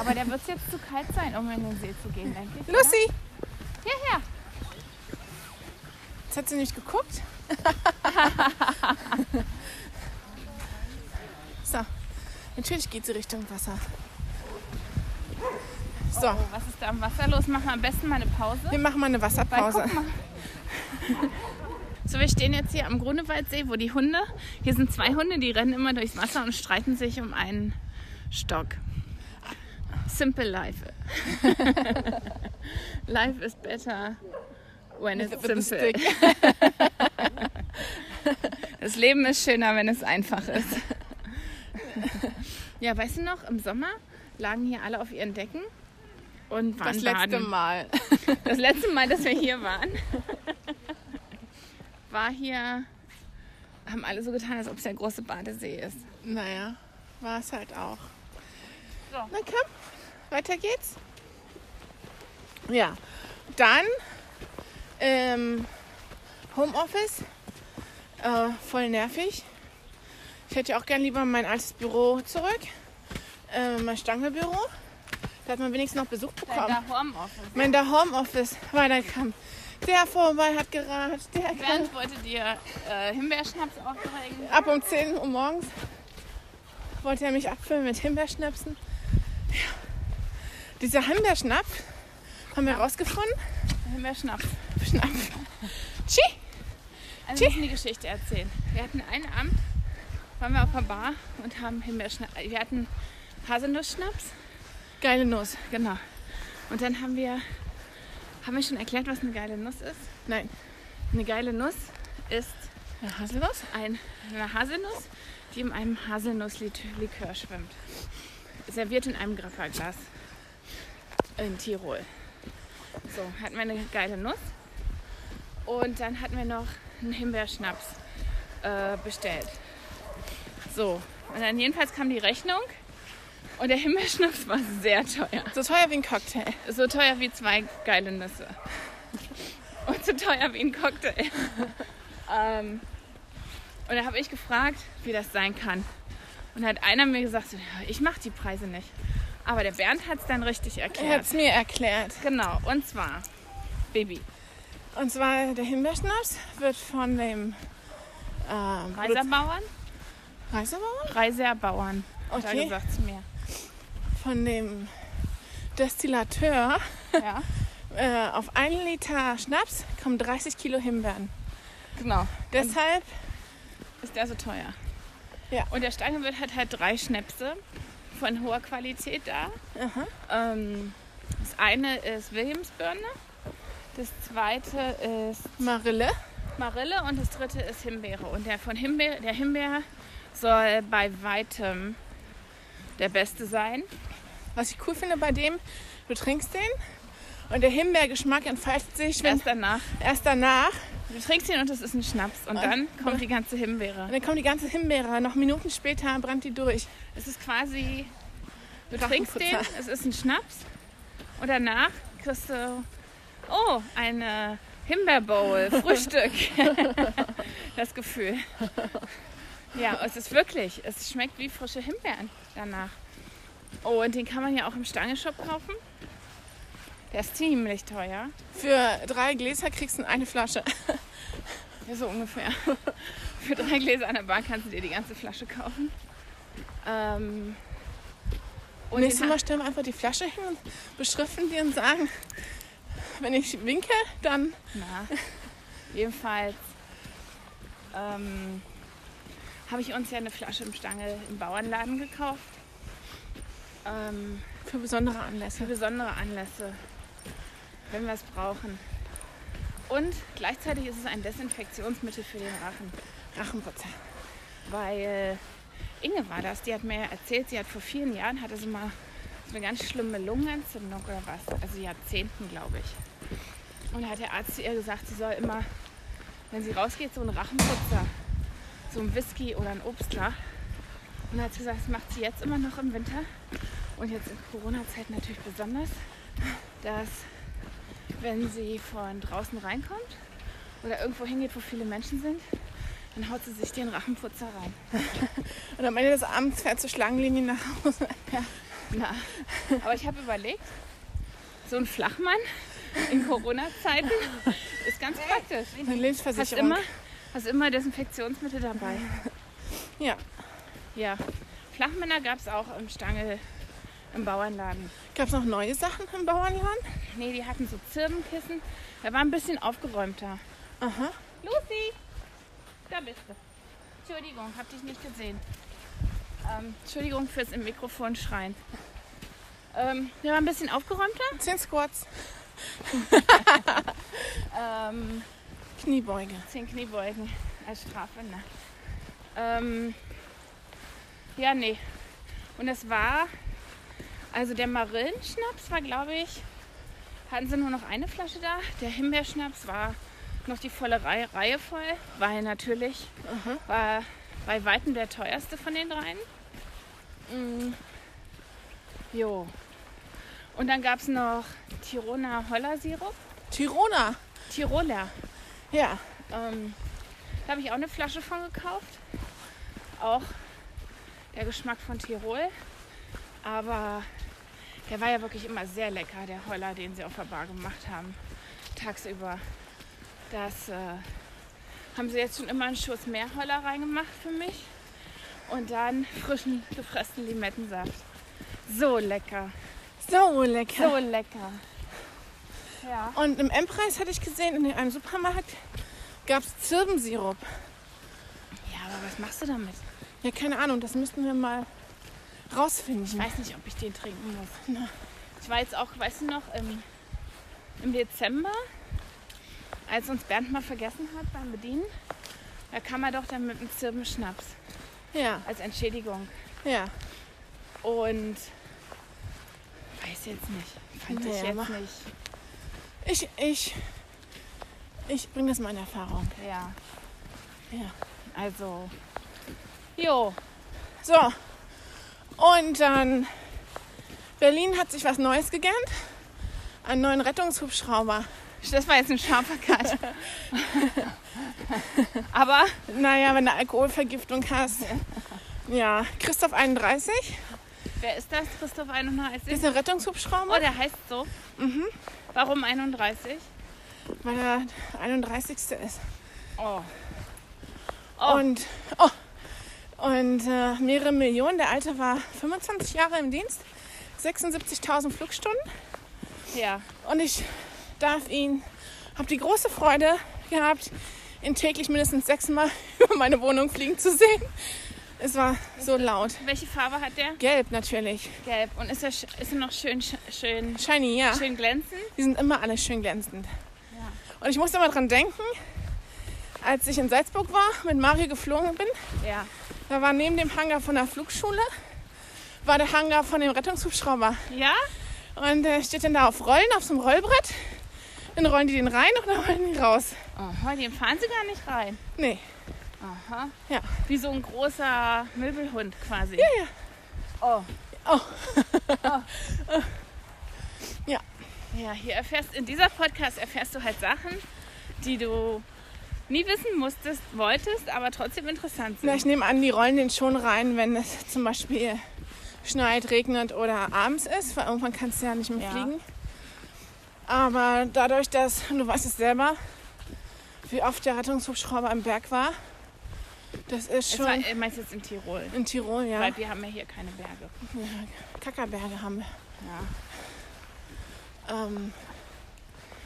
S1: Aber der wird es jetzt zu kalt sein, um in den See zu gehen, denke ich. oder?
S2: Lucy,
S1: Hierher!
S2: jetzt hat sie nicht geguckt. [laughs] so, natürlich geht sie Richtung Wasser. So,
S1: Oh, was ist da am Wasser los? Machen wir am besten mal eine Pause.
S2: wir machen mal eine
S1: Weil,
S2: Wasserpause.
S1: guck mal. So, wir stehen jetzt hier am Grunewaldsee, wo die Hunde, hier sind zwei Hunde, die rennen immer durchs Wasser und streiten sich um einen Stock. Simple
S2: [laughs]
S1: life. life is better when it's
S2: With the
S1: simple. Das Leben ist schöner, wenn es einfach ist.
S2: [laughs]
S1: Ja, weißt du noch, im Sommer lagen hier alle auf ihren Decken und waren
S2: Das letzte
S1: baden.
S2: Mal.
S1: Das letzte Mal, dass wir hier waren, war hier, haben alle so getan, als ob es der große Badesee ist.
S2: Naja, war es halt auch.
S1: So.
S2: Na komm, weiter geht's. Ja, dann ähm, Homeoffice, äh, voll nervig. Ich hätte ja auch gern lieber mein altes Büro zurück, äh, mein Stangebüro. Da hat man wenigstens noch Besuch bekommen.
S1: Da Homeoffice.
S2: Mein da Homeoffice, weil da kam der vorbei, hat geratscht, der kam
S1: Bernd wollte dir äh, Himbeerschnaps aufbringen.
S2: ab um 10 Uhr morgens wollte er mich abfüllen mit Himbeerschnäpsen. Ja. Dieser Himbeerschnaps haben wir rausgefunden.
S1: Himbeerschnaps.
S2: Schnaps. Tschi.
S1: Also wir müssen die Geschichte erzählen. Wir hatten einen Abend, waren wir auf der Bar und haben Himbeerschnaps. Wir hatten Haselnussschnaps.
S2: Geile Nuss.
S1: Genau. Und dann haben wir, haben wir schon erklärt, was eine geile Nuss ist.
S2: Nein.
S1: Eine geile Nuss ist
S2: Eine Haselnuss?
S1: ein, eine Haselnuss, die in einem Haselnusslikör schwimmt. Serviert in einem Grapperglas in Tirol. So, hatten wir eine geile Nuss. Und dann hatten wir noch einen Himbeerschnaps äh, bestellt. So, und dann jedenfalls kam die Rechnung und der Himbeerschnaps war sehr teuer.
S2: So teuer wie ein Cocktail.
S1: So teuer wie zwei geile Nüsse. Und so teuer wie ein Cocktail. ähm, und da habe ich gefragt, wie das sein kann. Und da hat einer mir gesagt, so, ja, ich mache die Preise nicht. Aber der Bernd hat es dann richtig
S2: Er hat
S1: erklärt.
S2: es mir erklärt.
S1: Genau, und zwar, Baby,
S2: Und zwar der Himbeerschnaps wird von dem ähm,
S1: Reiserbauern,
S2: Produ- Reiserbauer?
S1: Reiserbauern, hat er
S2: Okay.
S1: gesagt zu mir.
S2: Von dem Destillateur
S1: Ja,
S2: äh, auf einen Liter Schnaps kommen 30 Kilo Himbeeren.
S1: genau.
S2: Deshalb
S1: Ist der so teuer.
S2: Ja.
S1: Und der Stangewirt hat halt drei Schnäpse von hoher Qualität da.
S2: Aha.
S1: Ähm, das eine ist Williamsbirne, das zweite ist
S2: Marille.
S1: Marille und das dritte ist Himbeere. Und der von Himbeer, der Himbeer soll bei weitem der beste sein.
S2: Was ich cool finde bei dem, du trinkst den und der Himbeergeschmack entfaltet sich wenn,
S1: Erst danach.
S2: erst danach.
S1: Du trinkst ihn und das ist ein Schnaps. Und dann kommt die ganze Himbeere.
S2: Und dann kommt die ganze Himbeere. Noch Minuten später brennt die durch.
S1: Es ist quasi, du
S2: Krach-
S1: trinkst den,
S2: Putzer.
S1: es ist ein Schnaps und danach kriegst du, oh, eine Himbeerbowl, Frühstück. das Gefühl. Ja, es ist wirklich, es schmeckt wie frische Himbeeren danach. Oh, und den kann man ja auch im Stange-Shop kaufen. Der ist ziemlich teuer.
S2: Für drei Gläser kriegst du eine Flasche.
S1: Ja, so ungefähr. Für drei Gläser an der Bar kannst du dir die ganze Flasche kaufen. Ähm, und den
S2: Nächstes
S1: ha-
S2: Mal stellen wir einfach die Flasche hin und beschriften die und sagen, wenn ich winke, dann
S1: Na, jedenfalls ähm, habe ich uns ja eine Flasche im Stangel im Bauernladen gekauft. Ähm,
S2: für besondere
S1: für
S2: Anlässe.
S1: besondere Anlässe, wenn wir es brauchen. Und gleichzeitig ist es ein Desinfektionsmittel für den Rachen,
S2: Rachenputzer.
S1: weil Inge war das, die hat mir ja erzählt, sie hat vor vielen Jahren, hatte sie mal so eine ganz schlimme Lungenentzündung oder was, also Jahrzehnten, glaube ich. Und da hat der Arzt zu ihr gesagt, sie soll immer, wenn sie rausgeht, so einen Rachenputzer, so einen Whisky oder einen Obstler. Und da hat sie gesagt, das macht sie jetzt immer noch im Winter und jetzt in Corona-Zeit natürlich besonders, dass wenn sie von draußen reinkommt oder irgendwo hingeht, wo viele Menschen sind, dann haut sie sich den Rachenputzer rein.
S2: Und am Ende des Abends fährt zur Schlangenlinie nach Hause.
S1: Na, aber ich habe überlegt, so ein Flachmann in Corona-Zeiten ist ganz praktisch.
S2: Eine
S1: Hast
S2: Lebensversicherung.
S1: immer, hast immer Desinfektionsmittel dabei.
S2: Ja.
S1: Ja, Flachmänner gab es auch im Stangel im Bauernladen.
S2: Gab es noch neue Sachen im Bauernladen?
S1: Nee, die hatten so Zirbenkissen. Da war ein bisschen aufgeräumter.
S2: Aha.
S1: Lucy, da bist du. Entschuldigung, hab dich nicht gesehen. Ähm, Entschuldigung fürs im Mikrofon schreien. Ähm, der war ein bisschen aufgeräumter.
S2: Zehn Squats,
S1: Ähm,
S2: Kniebeuge.
S1: Zehn Kniebeugen als Strafe, ne? Ähm, ja, nee. Und das war, also der Marillenschnaps war, glaube ich, hatten sie nur noch eine Flasche da. Der Himbeerschnaps war noch die volle Reihe, Reihe voll, weil natürlich
S2: Aha.
S1: war bei weitem der teuerste von den dreien. Mm. Jo. Und dann gab es noch Tiroler Holler-Sirup.
S2: Tirona.
S1: Tiroler.
S2: Ja.
S1: Ähm, da habe ich auch eine Flasche von gekauft. Auch der Geschmack von Tirol. Aber der war ja wirklich immer sehr lecker, der Holler, den sie auf der Bar gemacht haben. Tagsüber. Das äh, haben sie jetzt schon immer einen Schuss mehr Holler reingemacht für mich. Und dann frischen, gefressten Limettensaft. So lecker.
S2: So lecker.
S1: So lecker. Ja.
S2: Und im M-Preis hatte ich gesehen, in einem Supermarkt gab es Zirbensirup.
S1: Ja, aber was machst du damit?
S2: Ja, keine Ahnung, das müssten wir mal rausfinden.
S1: Ich weiß nicht, ob ich den trinken muss. [laughs] ne? Ich war jetzt auch, weißt du noch, im, im Dezember, als uns Bernd mal vergessen hat beim Bedienen, da kam er doch dann mit einem Zirbenschnaps
S2: Ja,
S1: als Entschädigung.
S2: ja.
S1: Und weiß jetzt nicht. Fand ich
S2: Naja,
S1: jetzt
S2: mach.
S1: nicht.
S2: Ich, ich, ich bringe das mal in Erfahrung.
S1: Ja.
S2: Ja.
S1: Also. Jo,
S2: So. Und dann, Berlin hat sich was Neues gegönnt. Einen neuen Rettungshubschrauber.
S1: das war jetzt ein scharfer
S2: [laughs]
S1: Cut. Aber
S2: Naja, wenn du Alkoholvergiftung
S1: [laughs]
S2: hast. Ja, Christoph 31
S1: wer ist das? Christoph 31?
S2: ist ein Rettungshubschrauber,
S1: Oh, der heißt so. Mhm. Warum 31?
S2: weil er der 31. ist.
S1: Oh. Oh,
S2: Und, oh, und äh, mehrere Millionen. Der Alte war 25 Jahre im Dienst, 76.000 Flugstunden.
S1: ja.
S2: Und ich darf ihn, habe die große Freude gehabt, ihn täglich mindestens sechsmal [laughs] über meine Wohnung fliegen zu sehen. Es war so laut.
S1: Welche Farbe hat der?
S2: Gelb natürlich.
S1: Gelb. Und ist er, sch- ist er noch schön, sch- schön,
S2: Shiny, ja.
S1: schön glänzend?
S2: Die sind immer alle schön glänzend. Und ich musste immer dran denken, als ich in Salzburg war, mit Mario geflogen bin,
S1: Ja.
S2: da war neben dem Hangar von der Flugschule war der Hangar von dem Rettungshubschrauber.
S1: Ja?
S2: Und der steht dann da auf Rollen, auf so einem Rollbrett. Dann rollen die den rein und [laughs] dann rollen die raus.
S1: Aha, den fahren sie gar nicht rein.
S2: Nee.
S1: Aha.
S2: Ja.
S1: Wie so ein großer Möbelhund quasi.
S2: ja.
S1: Oh.
S2: Oh.
S1: [laughs] Oh.
S2: Ja.
S1: Ja, hier erfährst in dieser Podcast erfährst du halt Sachen, die du nie wissen musstest, wolltest, aber trotzdem interessant
S2: Na,
S1: sind.
S2: ich nehme an, die rollen den schon rein, wenn es zum Beispiel schneit, regnet oder abends ist, weil irgendwann kannst du ja nicht mehr
S1: Ja.
S2: fliegen. Aber dadurch, dass, du weißt es selber, wie oft der Rettungshubschrauber im Berg war, das ist
S1: Es
S2: schon
S1: war, äh, meinst du jetzt in Tirol?
S2: in Tirol, ja.
S1: Weil wir haben ja hier keine Berge.
S2: Kackerberge haben wir.
S1: Ja.
S2: Ähm,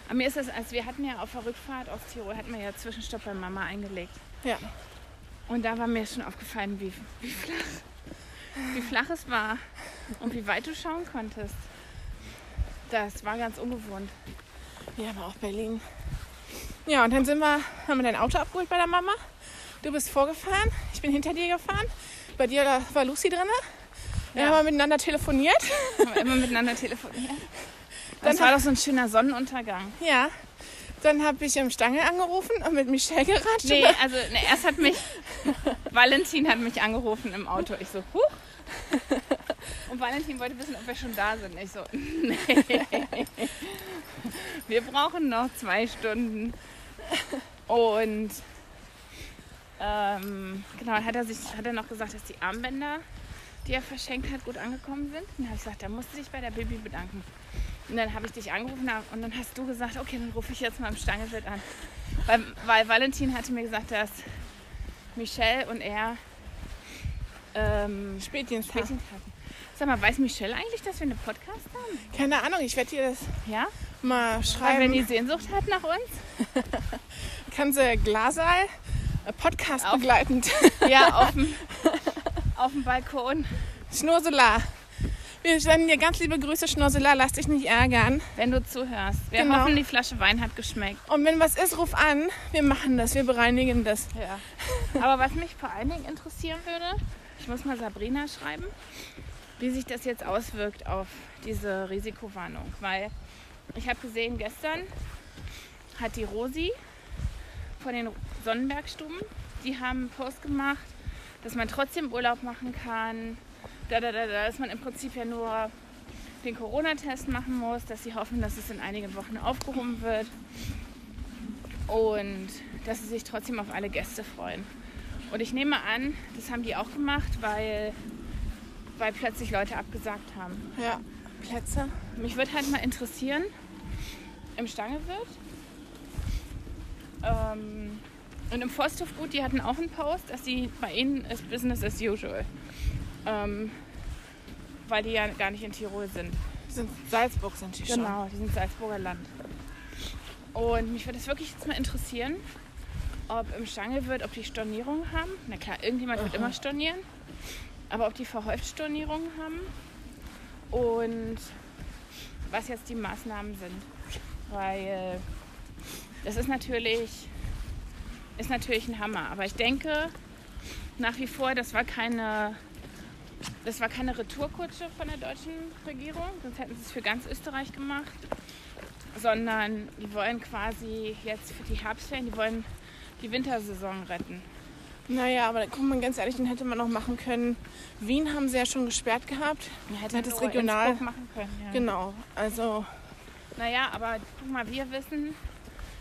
S1: Aber mir ist das, als wir hatten ja auf der Rückfahrt aus Tirol, hatten wir ja Zwischenstopp bei Mama eingelegt.
S2: ja.
S1: Und da war mir schon aufgefallen, wie, wie, flach, wie flach es war und wie weit du schauen konntest. Das war ganz ungewohnt.
S2: Ja, aber auch Berlin. Ja, und dann sind wir, haben wir dein Auto abgeholt bei der Mama. Du bist vorgefahren, ich bin hinter dir gefahren. Bei dir da war Lucy drin. Dann
S1: Ja.
S2: haben wir miteinander telefoniert.
S1: Haben wir immer miteinander telefoniert.
S2: Dann
S1: Das war doch so ein schöner Sonnenuntergang.
S2: Ja. Dann habe ich im Stange angerufen und mit Michelle geratscht.
S1: Nee, also [laughs] nee, erst hat mich Valentin hat mich angerufen im Auto. Ich so, [laughs] huch. Und Valentin wollte wissen, ob wir schon da sind. Ich so, nee. Wir brauchen noch zwei Stunden. Und ähm, genau, dann hat er sich hat er noch gesagt, dass die Armbänder, die er verschenkt hat, gut angekommen sind. Und dann habe ich gesagt, da musst du dich bei der Bibi bedanken. Und dann habe ich dich angerufen und dann hast du gesagt, okay, dann rufe ich jetzt mal im Stangewirt an. Weil, weil Valentin hatte mir gesagt, dass Michelle und er ähm,
S2: Spätdienst.
S1: Spätchen hatten. Sag mal, weiß Michelle eigentlich, dass wir einen Podcast haben?
S2: Keine Ahnung, ich werde dir das
S1: Ja?
S2: mal
S1: Weil wenn
S2: schreiben.
S1: die Sehnsucht hat nach uns?
S2: Kann sie Glasal äh, Podcast [laughs]
S1: Auf-
S2: begleitend.
S1: Ja, auf dem, auf dem Balkon.
S2: Schnursela. Wir senden dir ganz liebe Grüße, Schnursela. Lass dich nicht ärgern.
S1: Wenn du zuhörst. Wir
S2: Genau.
S1: hoffen, die Flasche Wein hat geschmeckt.
S2: Und wenn was ist, ruf an. Wir machen das, wir bereinigen das.
S1: Ja. [laughs] Aber was mich vor allen Dingen interessieren würde, ich muss mal Sabrina schreiben, wie sich das jetzt auswirkt auf diese Risikowarnung. Weil ich habe gesehen, gestern hat die Rosi von den Sonnenbergstuben, die haben einen Post gemacht, dass man trotzdem Urlaub machen kann, da, da, da, da, dass man im Prinzip ja nur den Corona-Test machen muss, dass sie hoffen, dass es in einigen Wochen aufgehoben wird und dass sie sich trotzdem auf alle Gäste freuen. Und ich nehme an, das haben die auch gemacht, weil, weil plötzlich Leute abgesagt haben.
S2: Ja, Plätze.
S1: Mich würde halt mal interessieren, im Stangewirt ähm, und im Forsthofgut, die hatten auch einen Post, dass sie bei ihnen ist Business as usual. Ähm, weil die ja gar nicht in Tirol sind.
S2: Sind Salzburg sind die
S1: Genau, die sind Salzburger Land. Und mich würde es wirklich jetzt mal interessieren, ob im Stangewirt, ob die Stornierungen haben. Na klar, irgendjemand wird immer stornieren. Aber ob die verhäuft Stornierungen haben und was jetzt die Maßnahmen sind. Weil das ist natürlich, ist natürlich ein Hammer. Aber ich denke nach wie vor, das war keine das war keine Retourkutsche von der deutschen Regierung, sonst hätten sie es für ganz Österreich gemacht, sondern die wollen quasi jetzt für die Herbstferien, die wollen die Wintersaison retten.
S2: schon. Naja, aber guck mal, ganz ehrlich, den hätte man noch machen können. Wien haben sie ja schon gesperrt gehabt.
S1: Man
S2: Man hätte es
S1: nur
S2: regional-
S1: Innsbruck machen können. Ja.
S2: Genau, also
S1: Naja, aber guck mal, wir wissen,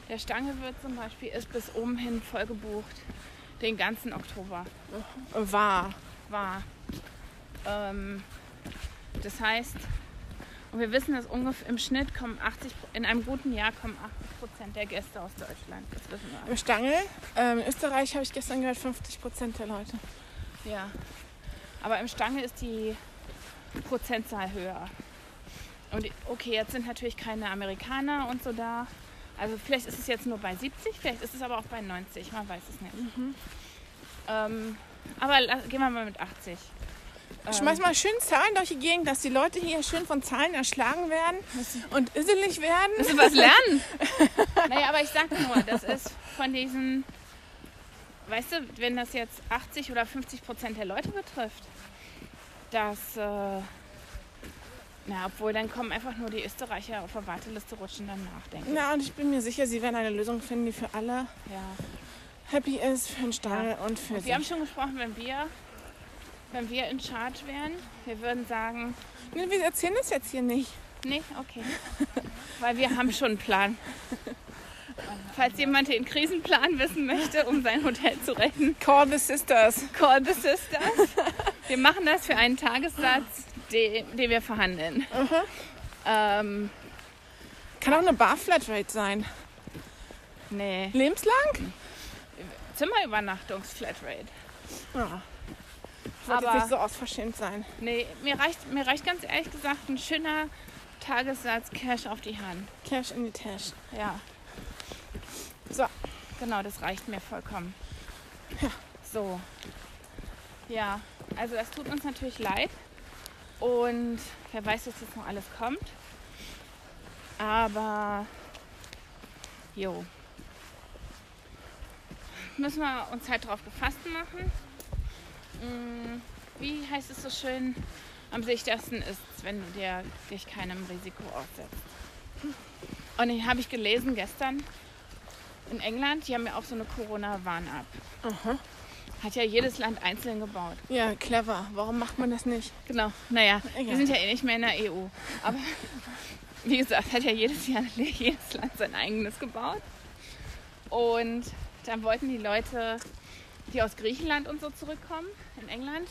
S1: der Stangewirt zum Beispiel ist bis oben hin vollgebucht, den ganzen Oktober.
S2: war.
S1: war. Ähm, das heißt, und wir wissen, dass ungefähr im Schnitt kommen 80, Pro- in einem guten Jahr kommen 80 Prozent der Gäste aus Deutschland. Das wissen wir.
S2: Im Stangl, ähm, in Österreich habe ich gestern gehört, 50 Prozent der Leute.
S1: Ja. Aber im Stange ist die Prozentzahl höher. Und okay, jetzt sind natürlich keine Amerikaner und so da. Also vielleicht ist es jetzt nur bei 70, vielleicht ist es aber auch bei 90, man weiß es nicht. Ähm, aber la- gehen wir mal mit 80.
S2: Schmeiß mal schön Zahlen durch die Gegend, dass die Leute hier schön von Zahlen erschlagen werden und iselig werden.
S1: Müssen was lernen. [laughs] naja, aber ich sag nur, das ist von diesen, weißt du, wenn das jetzt 80 oder 50 Prozent der Leute betrifft, dass, äh, na, obwohl dann kommen einfach nur die Österreicher auf der Warteliste rutschen dann nach, denke ich.
S2: Na, und ich bin mir sicher, sie werden eine Lösung finden, die für alle
S1: Ja.
S2: happy ist, für den Stall und für
S1: Und
S2: sich.
S1: wir haben schon gesprochen, wenn wir, wenn wir in Charge wären, wir würden sagen,
S2: Nee, wir erzählen das jetzt hier nicht.
S1: nee, [laughs] okay. Weil wir haben schon einen [laughs] Plan. Falls jemand den Krisenplan wissen möchte, um sein Hotel zu retten,
S2: Call the Sisters.
S1: call the sisters. [laughs] Wir machen das für einen Tagessatz, den, den wir verhandeln. Ähm,
S2: Kann auch eine Bar-Flatrate sein.
S1: nee.
S2: Lebenslang?
S1: Zimmerübernachtungsflatrate.
S2: Ja. Ich wollte jetzt
S1: Aber-
S2: nicht Ah. so ausverschämt sein.
S1: Nee, mir reicht, mir reicht ganz ehrlich gesagt ein schöner Tagessatz Cash auf die Hand.
S2: Cash in die Tasche.
S1: Ja.
S2: So.
S1: Genau, das reicht mir vollkommen. So. Ja, also das tut uns natürlich leid. Und wer weiß, was jetzt noch alles kommt. Aber jo. Müssen wir uns halt drauf gefasst machen. Mm, Wie heißt es so schön? Am sichersten ist wenn du dir, dich keinem Risiko aussetzt. Und den habe ich gelesen gestern in England, die haben ja auch so eine Corona-Warn-App.
S2: Aha.
S1: Hat ja jedes Land einzeln gebaut.
S2: Ja, clever. Warum macht man das nicht? [laughs]
S1: Genau, naja, wir
S2: Egal.
S1: sind ja eh nicht mehr in der EU. Aber [laughs] wie gesagt, hat ja jedes, Jahr, [laughs] jedes Land sein eigenes gebaut. Und dann wollten die Leute, die aus Griechenland und so zurückkommen, in England,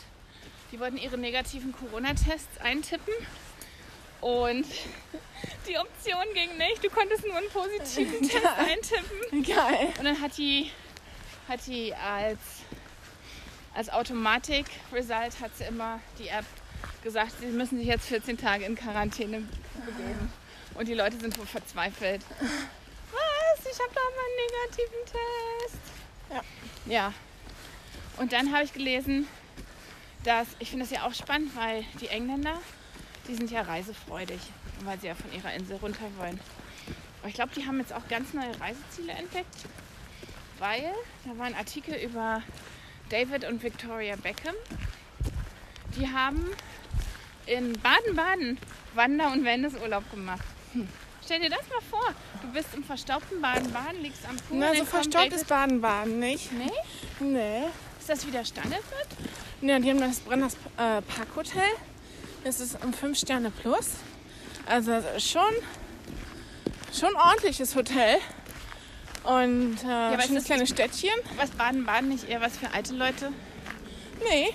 S1: die wollten ihre negativen Corona-Tests eintippen. Und [laughs] die Option ging nicht. Du konntest nur einen positiven Test eintippen.
S2: Geil.
S1: Und dann hat die, hat die als, als Automatik-Result hat sie immer die App gesagt, sie müssen sich jetzt 14 Tage in Quarantäne begeben. Und die Leute sind wohl verzweifelt. Was? Ich habe doch mal einen negativen Test. Ja. ja. Und dann habe ich gelesen, dass, ich finde das ja auch spannend, weil die Engländer, die sind ja reisefreudig, weil sie ja von ihrer Insel runter wollen. Aber ich glaube, die haben jetzt auch ganz neue Reiseziele entdeckt weil da war ein Artikel über David und Victoria Beckham. Die haben in Baden-Baden Wander- und Wellnessurlaub gemacht. Hm. Stell dir das mal vor. Du bist im verstaubten Baden-Baden, liegst am Pool.
S2: Na,
S1: dann
S2: so
S1: kommt
S2: verstaubt
S1: David-
S2: ist Baden-Baden, nicht?
S1: Nee?
S2: Nee.
S1: Ist das wieder Standard wird?
S2: Ja, die haben das Brenners äh, Parkhotel. Das ist um 5 Sterne plus. Also das ist schon, schon ein ordentliches Hotel. Und äh,
S1: aber es
S2: schönes
S1: ist
S2: kleines Städtchen.
S1: Was Baden-Baden nicht eher was für alte Leute?
S2: Nee,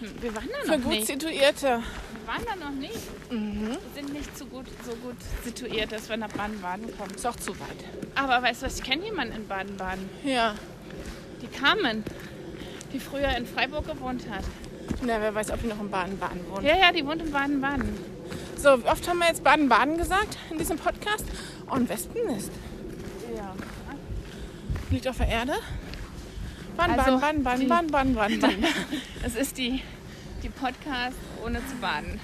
S1: Hm, Wir waren da
S2: für
S1: noch
S2: gut
S1: nicht. Mhm.
S2: Situierte.
S1: Wir waren da noch nicht. Wir sind nicht so gut, so gut situiert, dass wir nach Baden-Baden kommen.
S2: Ist auch zu weit.
S1: Aber weißt du was, ich kenne jemanden in Baden-Baden.
S2: Ja.
S1: Die Carmen, die früher in Freiburg gewohnt hat.
S2: Na, wer weiß, ob die noch in Baden-Baden wohnen.
S1: Ja, ja, die wohnt in Baden-Baden.
S2: So, wie oft haben wir jetzt Baden-Baden gesagt in diesem Podcast? Und Wespennest.
S1: Ja.
S2: Liegt auf der Erde. Baden,
S1: Also,
S2: Baden,
S1: die-
S2: Baden, Baden, Baden, Baden,
S1: [laughs]
S2: Baden.
S1: Es ist die, die Podcast ohne zu [laughs] baden.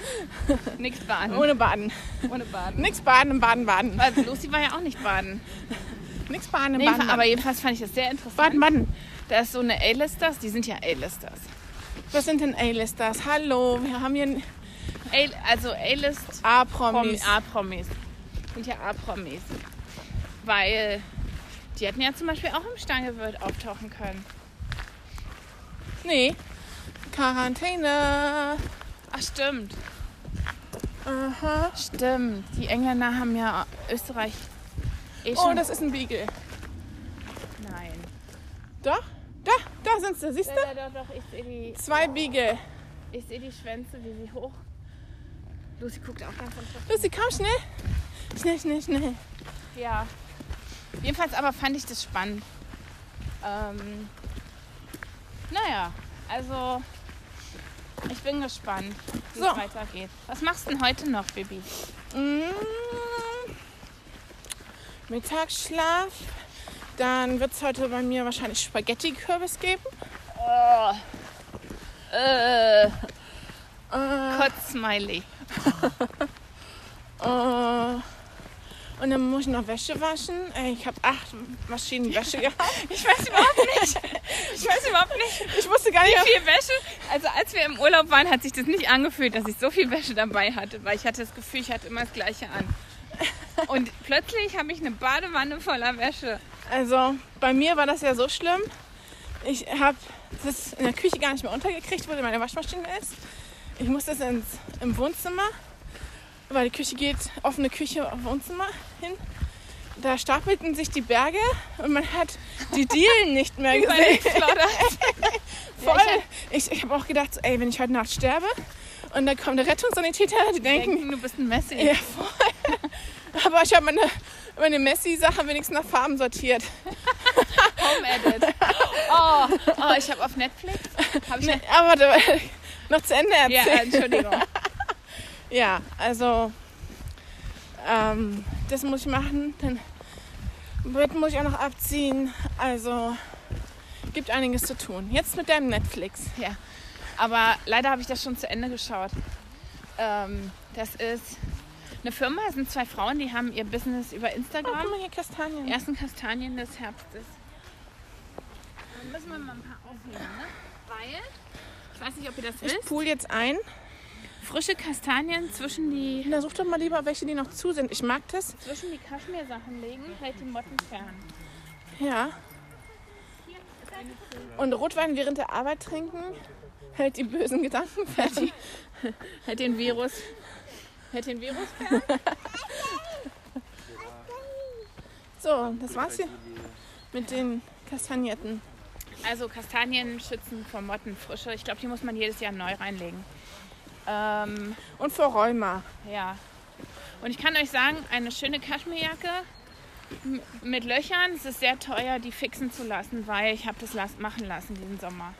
S1: Nicht baden, ohne,
S2: Ohne Baden.
S1: baden.
S2: Nix Baden im Baden-Baden.
S1: Also Lucy war ja auch nicht baden.
S2: Nix Baden im
S1: Nee,
S2: Baden-Baden.
S1: aber jedenfalls fand ich das sehr interessant.
S2: Baden-Baden.
S1: Da ist so eine A-Listers, die sind ja A-Listers.
S2: Was sind denn A-Listers? Hallo, wir haben hier ein
S1: A- Also A-List
S2: A-Promis.
S1: Promis. Ah. A-Promis. Sind ja A-Promis. Weil die hätten ja zum Beispiel auch im Stangewirt auftauchen können.
S2: Nee. Quarantäne.
S1: Ach stimmt.
S2: Aha.
S1: Stimmt. Die Engländer haben ja Österreich eh
S2: Oh,
S1: schon.
S2: das ist ein Beagle.
S1: Nein.
S2: Doch, da, da sind sie. Siehst du?
S1: Ja, doch, doch, ich sehe die,
S2: Zwei Beagle.
S1: ich seh die Schwänze, wie sie hoch. Lucy guckt auch ganz interessant.
S2: Lucy, komm schnell. Schnell, schnell, schnell.
S1: Ja. Jedenfalls aber fand ich das spannend. Ähm, naja, also ich bin gespannt, wie
S2: So.
S1: es weitergeht. Was machst du denn heute noch, Baby?
S2: Mm. Mittagsschlaf. Dann wird es heute bei mir wahrscheinlich Spaghetti-Kürbis geben.
S1: Oh. Äh,
S2: Äh,
S1: Kotz-Smiley.
S2: äh, Und dann muss ich noch Wäsche waschen. Ey, Ich habe acht Maschinen Wäsche [laughs] gehabt.
S1: Ich weiß überhaupt nicht. Ich weiß überhaupt nicht,
S2: Ich wusste gar nicht,
S1: wie viel Wäsche. Also als wir im Urlaub waren, hat sich das nicht angefühlt, dass ich so viel Wäsche dabei hatte, weil ich hatte das Gefühl, ich hatte immer das Gleiche an. Und plötzlich habe ich eine Badewanne voller Wäsche.
S2: Also bei mir war das ja so schlimm. Ich habe das in der Küche gar nicht mehr untergekriegt, wo meine Waschmaschine ist. Ich musste es ins, im Wohnzimmer, weil die Küche geht, offene Küche auf Wohnzimmer hin. Da stapelten sich die Berge und man hat die [laughs] Dielen nicht mehr gesehen.
S1: [laughs]
S2: Voll. Ich, ich habe auch gedacht, so, ey, wenn ich heute Nacht sterbe und dann kommt der Rettungssanitäter, die denken,
S1: Denken, du bist ein Messi.
S2: ja, voll. [laughs] Aber ich habe meine, meine Messi-Sachen wenigstens nach Farben sortiert.
S1: Home Edit. Oh, oh ich habe auf Netflix. Hab ich
S2: Ne, aber da, [laughs] noch zu Ende
S1: ja,
S2: erzählen.
S1: Entschuldigung.
S2: Ja, also ähm, das muss ich machen. Dann Bett muss ich auch noch abziehen. Also gibt einiges zu tun. Jetzt mit deinem Netflix.
S1: Ja, aber leider habe ich das schon zu Ende geschaut. Ähm, das ist eine Firma, es sind zwei Frauen, die haben ihr Business über
S2: Oh,
S1: Instagram.
S2: guck mal hier Kastanien.
S1: Die ersten Kastanien des Herbstes. Dann müssen wir mal ein paar aufnehmen, ne? Weil, ich weiß nicht, ob ihr das
S2: Ich
S1: wisst,
S2: pool jetzt ein.
S1: frische Kastanien zwischen die,
S2: Na, such doch mal lieber welche, die noch zu sind. Ich mag das.
S1: zwischen die Kaschmirsachen legen, hält die Motten fern.
S2: Ja. Und Rotwein während der Arbeit trinken hält die bösen Gedanken fertig.
S1: Hält den Virus. Hält den Virus fern.
S2: So, das war's hier mit den Kastanietten.
S1: Also Kastanien schützen vor Mottenfrische. Ich glaube, die muss man jedes Jahr neu reinlegen. Ähm,
S2: Und vor Rheuma.
S1: ja. Und ich kann euch sagen, eine schöne Kaschmirjacke m- mit Löchern, es ist sehr teuer, die fixen zu lassen, weil ich habe das las machen lassen diesen Sommer.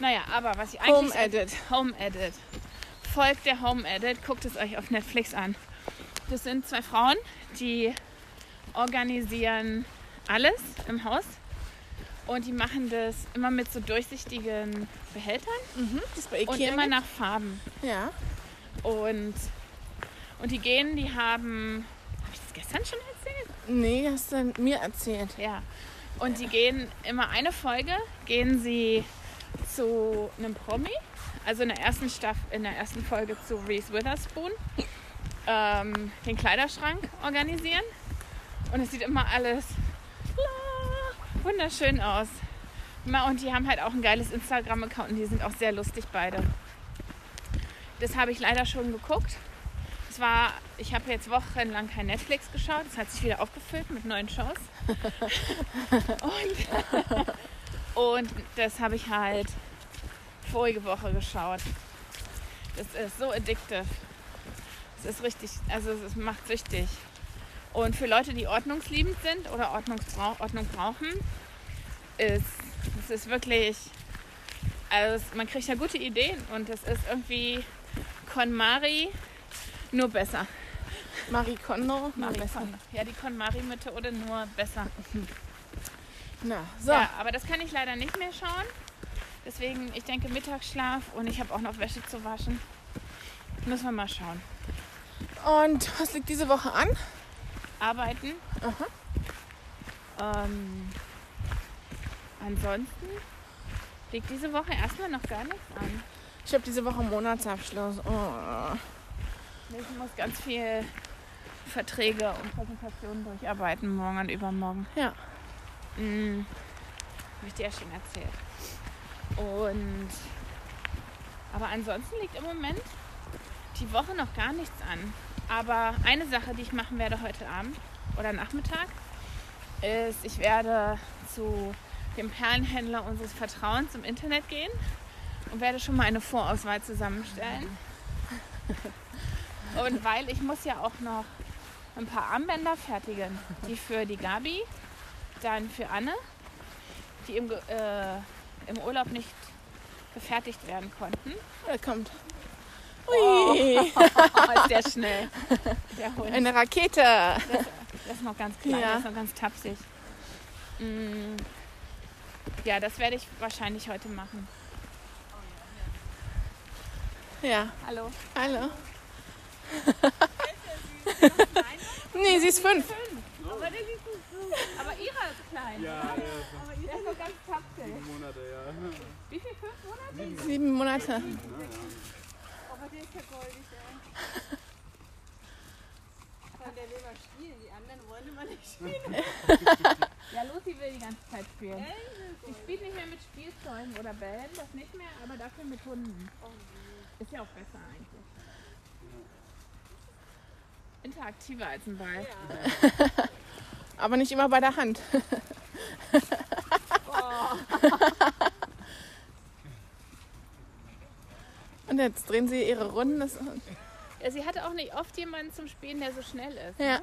S1: Naja, aber was ich eigentlich...
S2: Home Edit.
S1: Home Edit. Folgt der Home Edit, guckt es euch auf Netflix an. Das sind zwei Frauen, die organisieren alles im Haus und die machen das immer mit so durchsichtigen Behältern
S2: Das ist bei
S1: und
S2: Ikea.
S1: immer nach Farben.
S2: gibt. ja.
S1: Und, und die gehen, die haben. Habe ich das gestern schon erzählt?
S2: Nee, hast du mir erzählt.
S1: Ja. Und die gehen immer eine Folge, gehen sie zu einem Promi, also in der ersten Staff in der ersten Folge zu Reese Witherspoon, ähm, den Kleiderschrank organisieren. Und es sieht immer alles la, wunderschön aus. Ma- Und die haben halt auch ein geiles Instagram-Account und die sind auch sehr lustig beide. Das habe ich leider schon geguckt. Es war, ich habe jetzt wochenlang kein Netflix geschaut. Es hat sich wieder aufgefüllt mit neuen Shows. Und das habe ich halt vorige Woche geschaut. Das ist so addictive. Es ist richtig, also es ist- macht süchtig. Und für Leute, die ordnungsliebend sind oder Ordnungsbrau Ordnung brauchen, ist es ist wirklich, also es, man kriegt ja gute Ideen und es ist irgendwie KonMari nur besser.
S2: Marie Kondo.
S1: Nur besser. Ja, die KonMari-Methode nur besser.
S2: Na, so.
S1: Ja, aber das kann ich leider nicht mehr schauen. Deswegen, ich denke Mittagsschlaf und ich habe auch noch Wäsche zu waschen. Müssen wir mal schauen.
S2: Und was liegt diese Woche an?
S1: Arbeiten. Ähm, ansonsten liegt diese Woche erstmal noch gar nichts an.
S2: Ich habe diese Woche Monatsabschluss. Oh.
S1: Ich muss ganz viel Verträge und Präsentationen durcharbeiten, morgen und übermorgen.
S2: Ja.
S1: Mm, hab ich dir ja schon erzählt. Und aber ansonsten liegt im Moment die Woche noch gar nichts an. Aber eine Sache, die ich machen werde heute Abend oder Nachmittag, ist, ich werde zu dem Perlenhändler unseres Vertrauens im Internet gehen und werde schon mal eine Vorauswahl zusammenstellen. Und weil ich muss ja auch noch ein paar Armbänder fertigen, die für die Gabi, dann für Anne, die im, Ge- äh, im Urlaub nicht gefertigt werden
S2: [laughs]
S1: konnten.
S2: Da kommt. Ui.
S1: Oh, ist der schnell. Der Hund.
S2: Eine Rakete.
S1: Der ist noch ganz klein,
S2: Ja.
S1: der ist noch ganz tapsig. Mm. Ja, das werde ich wahrscheinlich heute machen.
S2: Ja.
S1: Hallo.
S2: Hallo. [laughs] Nee, sie ist fünf.
S1: Aber der sieht gut so. Aber ihre ist klein.
S3: Ja,
S1: Aber ihre ist so ganz tapfig.
S3: sieben Monate, ja.
S1: Wie viel? Fünf Monate?
S2: Sieben Monate.
S4: Aber der ist ja goldig, ey. Weil der will mal spielen, die anderen wollen immer nicht spielen.
S1: Ja, Lucy will die ganze Zeit spielen. Sie spielt nicht mehr mit Spielzeugen oder Bällen, das nicht mehr, aber dafür mit Hunden. Ist ja auch besser eigentlich. Interaktiver als ein Ball.
S2: Aber nicht immer bei der Hand. Und jetzt drehen sie ihre Runden. Das,
S1: Ja, sie hatte auch nicht oft jemanden zum Spielen, der so schnell ist.
S2: ja.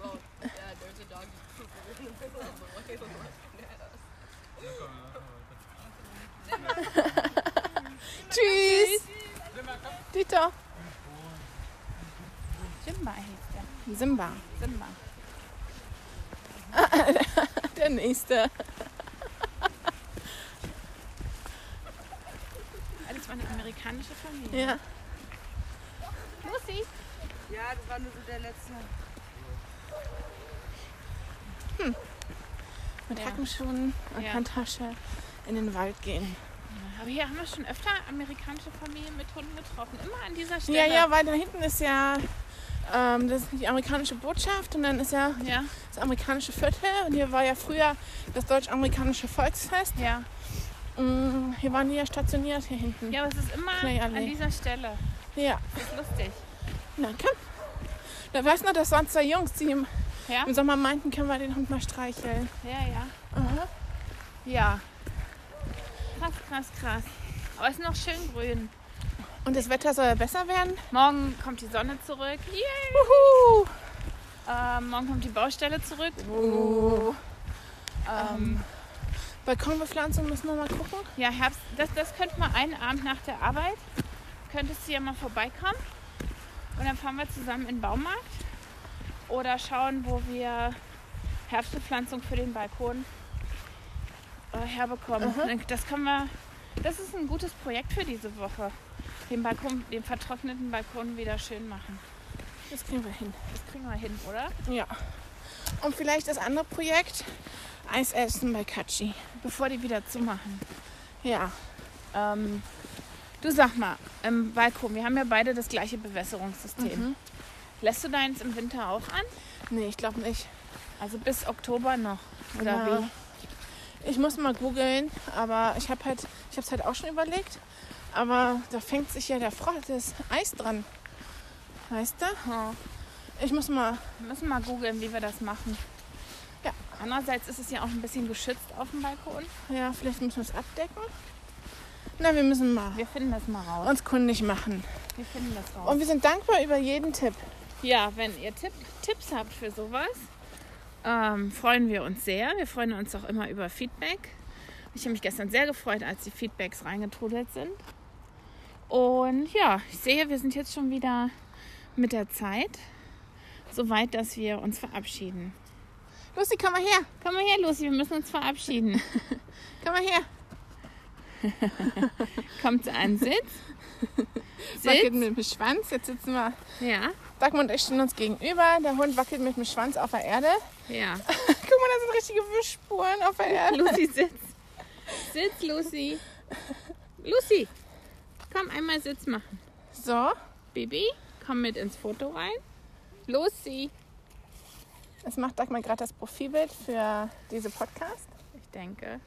S2: [laughs] Tschüss. Tito.
S1: Simba hieß der.
S2: Simba.
S1: Simba.
S2: Der nächste.
S1: Alles war eine amerikanische Familie.
S2: Ja.
S1: Lucy!
S4: Ja, das war nur so der letzte.
S2: Mit
S1: Ja.
S2: Hackenschuhen und
S1: Ja.
S2: Handtasche in den Wald gehen.
S1: Aber hier haben wir schon öfter amerikanische Familien mit Hunden getroffen. Immer an dieser Stelle.
S2: Ja, ja, weil da hinten ist ja ähm, das ist die amerikanische Botschaft und dann ist ja
S1: Ja,
S2: das amerikanische Viertel. Und hier war ja früher das deutsch-amerikanische Volksfest.
S1: ja.
S2: Mm, Hier waren die ja stationiert hier hinten.
S1: Ja, aber es ist immer
S2: Schnellallee.
S1: an dieser Stelle.
S2: Ja.
S1: Das ist lustig.
S2: Na komm. Da weißt du noch, das waren zwei Jungs, die im,
S1: Ja?
S2: im Sommer meinten, können wir den Hund mal streicheln.
S1: Ja, ja.
S2: Aha.
S1: Ja. Krass, krass, krass. Aber es ist noch schön grün.
S2: Und das Wetter soll ja besser werden.
S1: Morgen kommt die Sonne zurück. Yay!
S2: Uhu.
S1: Ähm, morgen kommt die Baustelle zurück.
S2: Oh.
S1: Ähm,
S2: Balkonbepflanzung müssen wir mal gucken.
S1: ja, Herbst. Das, das könnte man einen Abend nach der Arbeit. Könntest du ja mal vorbeikommen. Und dann fahren wir zusammen in den Baumarkt. Oder schauen, wo wir Herbstbepflanzung für den Balkon äh, herbekommen. Dann- Das können wir. Das ist ein gutes Projekt für diese Woche. Den Balkon, den vertrockneten Balkon wieder schön machen.
S2: Das kriegen wir hin.
S1: Das kriegen wir hin, oder?
S2: Ja. Und vielleicht das andere Projekt, Eis essen bei Katschi.
S1: Bevor die wieder zumachen.
S2: Ja.
S1: Ähm, du sag mal, im Balkon, wir haben ja beide das gleiche Bewässerungssystem. Lässt du deins im Winter auch an?
S2: Nee, ich glaube nicht.
S1: Also bis Oktober noch, oder
S2: Na,
S1: wie?
S2: Ich muss mal googeln, aber ich habe halt, ich habe es halt auch schon überlegt. Aber da fängt sich ja der Frost, das Eis dran. Weißt du?
S1: Oh,
S2: Ich muss mal.
S1: wir müssen mal googeln, wie wir das machen.
S2: Ja.
S1: Andererseits ist es ja auch ein bisschen geschützt auf dem Balkon.
S2: Ja, vielleicht müssen wir es abdecken. Na, wir müssen mal
S1: Wir finden das mal raus.
S2: uns kundig machen.
S1: Wir finden das raus.
S2: Und wir sind dankbar über jeden Tipp.
S1: Ja, wenn ihr Tipp, Tipps habt für sowas, ähm, freuen wir uns sehr. Wir freuen uns auch immer über Feedback. Ich habe mich gestern sehr gefreut, als die Feedbacks reingetrudelt sind. Und ja, ich sehe, wir sind jetzt schon wieder mit der Zeit. Soweit, dass wir uns verabschieden.
S2: Lucy, komm mal her.
S1: Komm mal her, Lucy, wir müssen uns verabschieden.
S2: Komm mal her.
S1: Kommt an, sitz.
S2: Wackelt
S1: Sitz.
S2: mit dem Schwanz. Jetzt sitzen wir.
S1: Ja,
S2: Dagmar und ich stehen uns gegenüber. Der Hund wackelt mit dem Schwanz auf der Erde. [laughs]
S1: ja.
S2: Guck mal, da sind richtige Wischspuren auf der Erde.
S1: [laughs] Lucy, sitz. Sitz, Lucy. Lucy, komm einmal Sitz machen.
S2: So,
S1: Bibi, komm mit ins Foto rein. Lucy.
S2: jetzt macht Dagmar gerade das Profilbild für diese Podcast.
S1: Ich denke.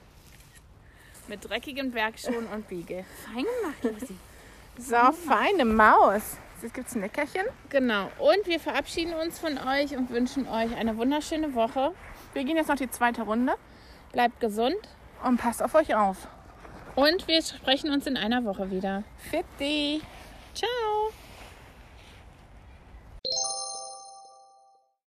S1: Mit dreckigen Bergschuhen und Biege. Fein gemacht, Lucy.
S2: So, feine Maus. Jetzt gibt es ein Leckerchen.
S1: Genau. Und wir verabschieden uns von euch und wünschen euch eine wunderschöne Woche.
S2: Wir gehen jetzt noch die zweite Runde
S1: Bleibt gesund.
S2: und passt auf euch auf.
S1: Und wir sprechen uns in einer Woche wieder.
S2: Fitti!
S1: Ciao.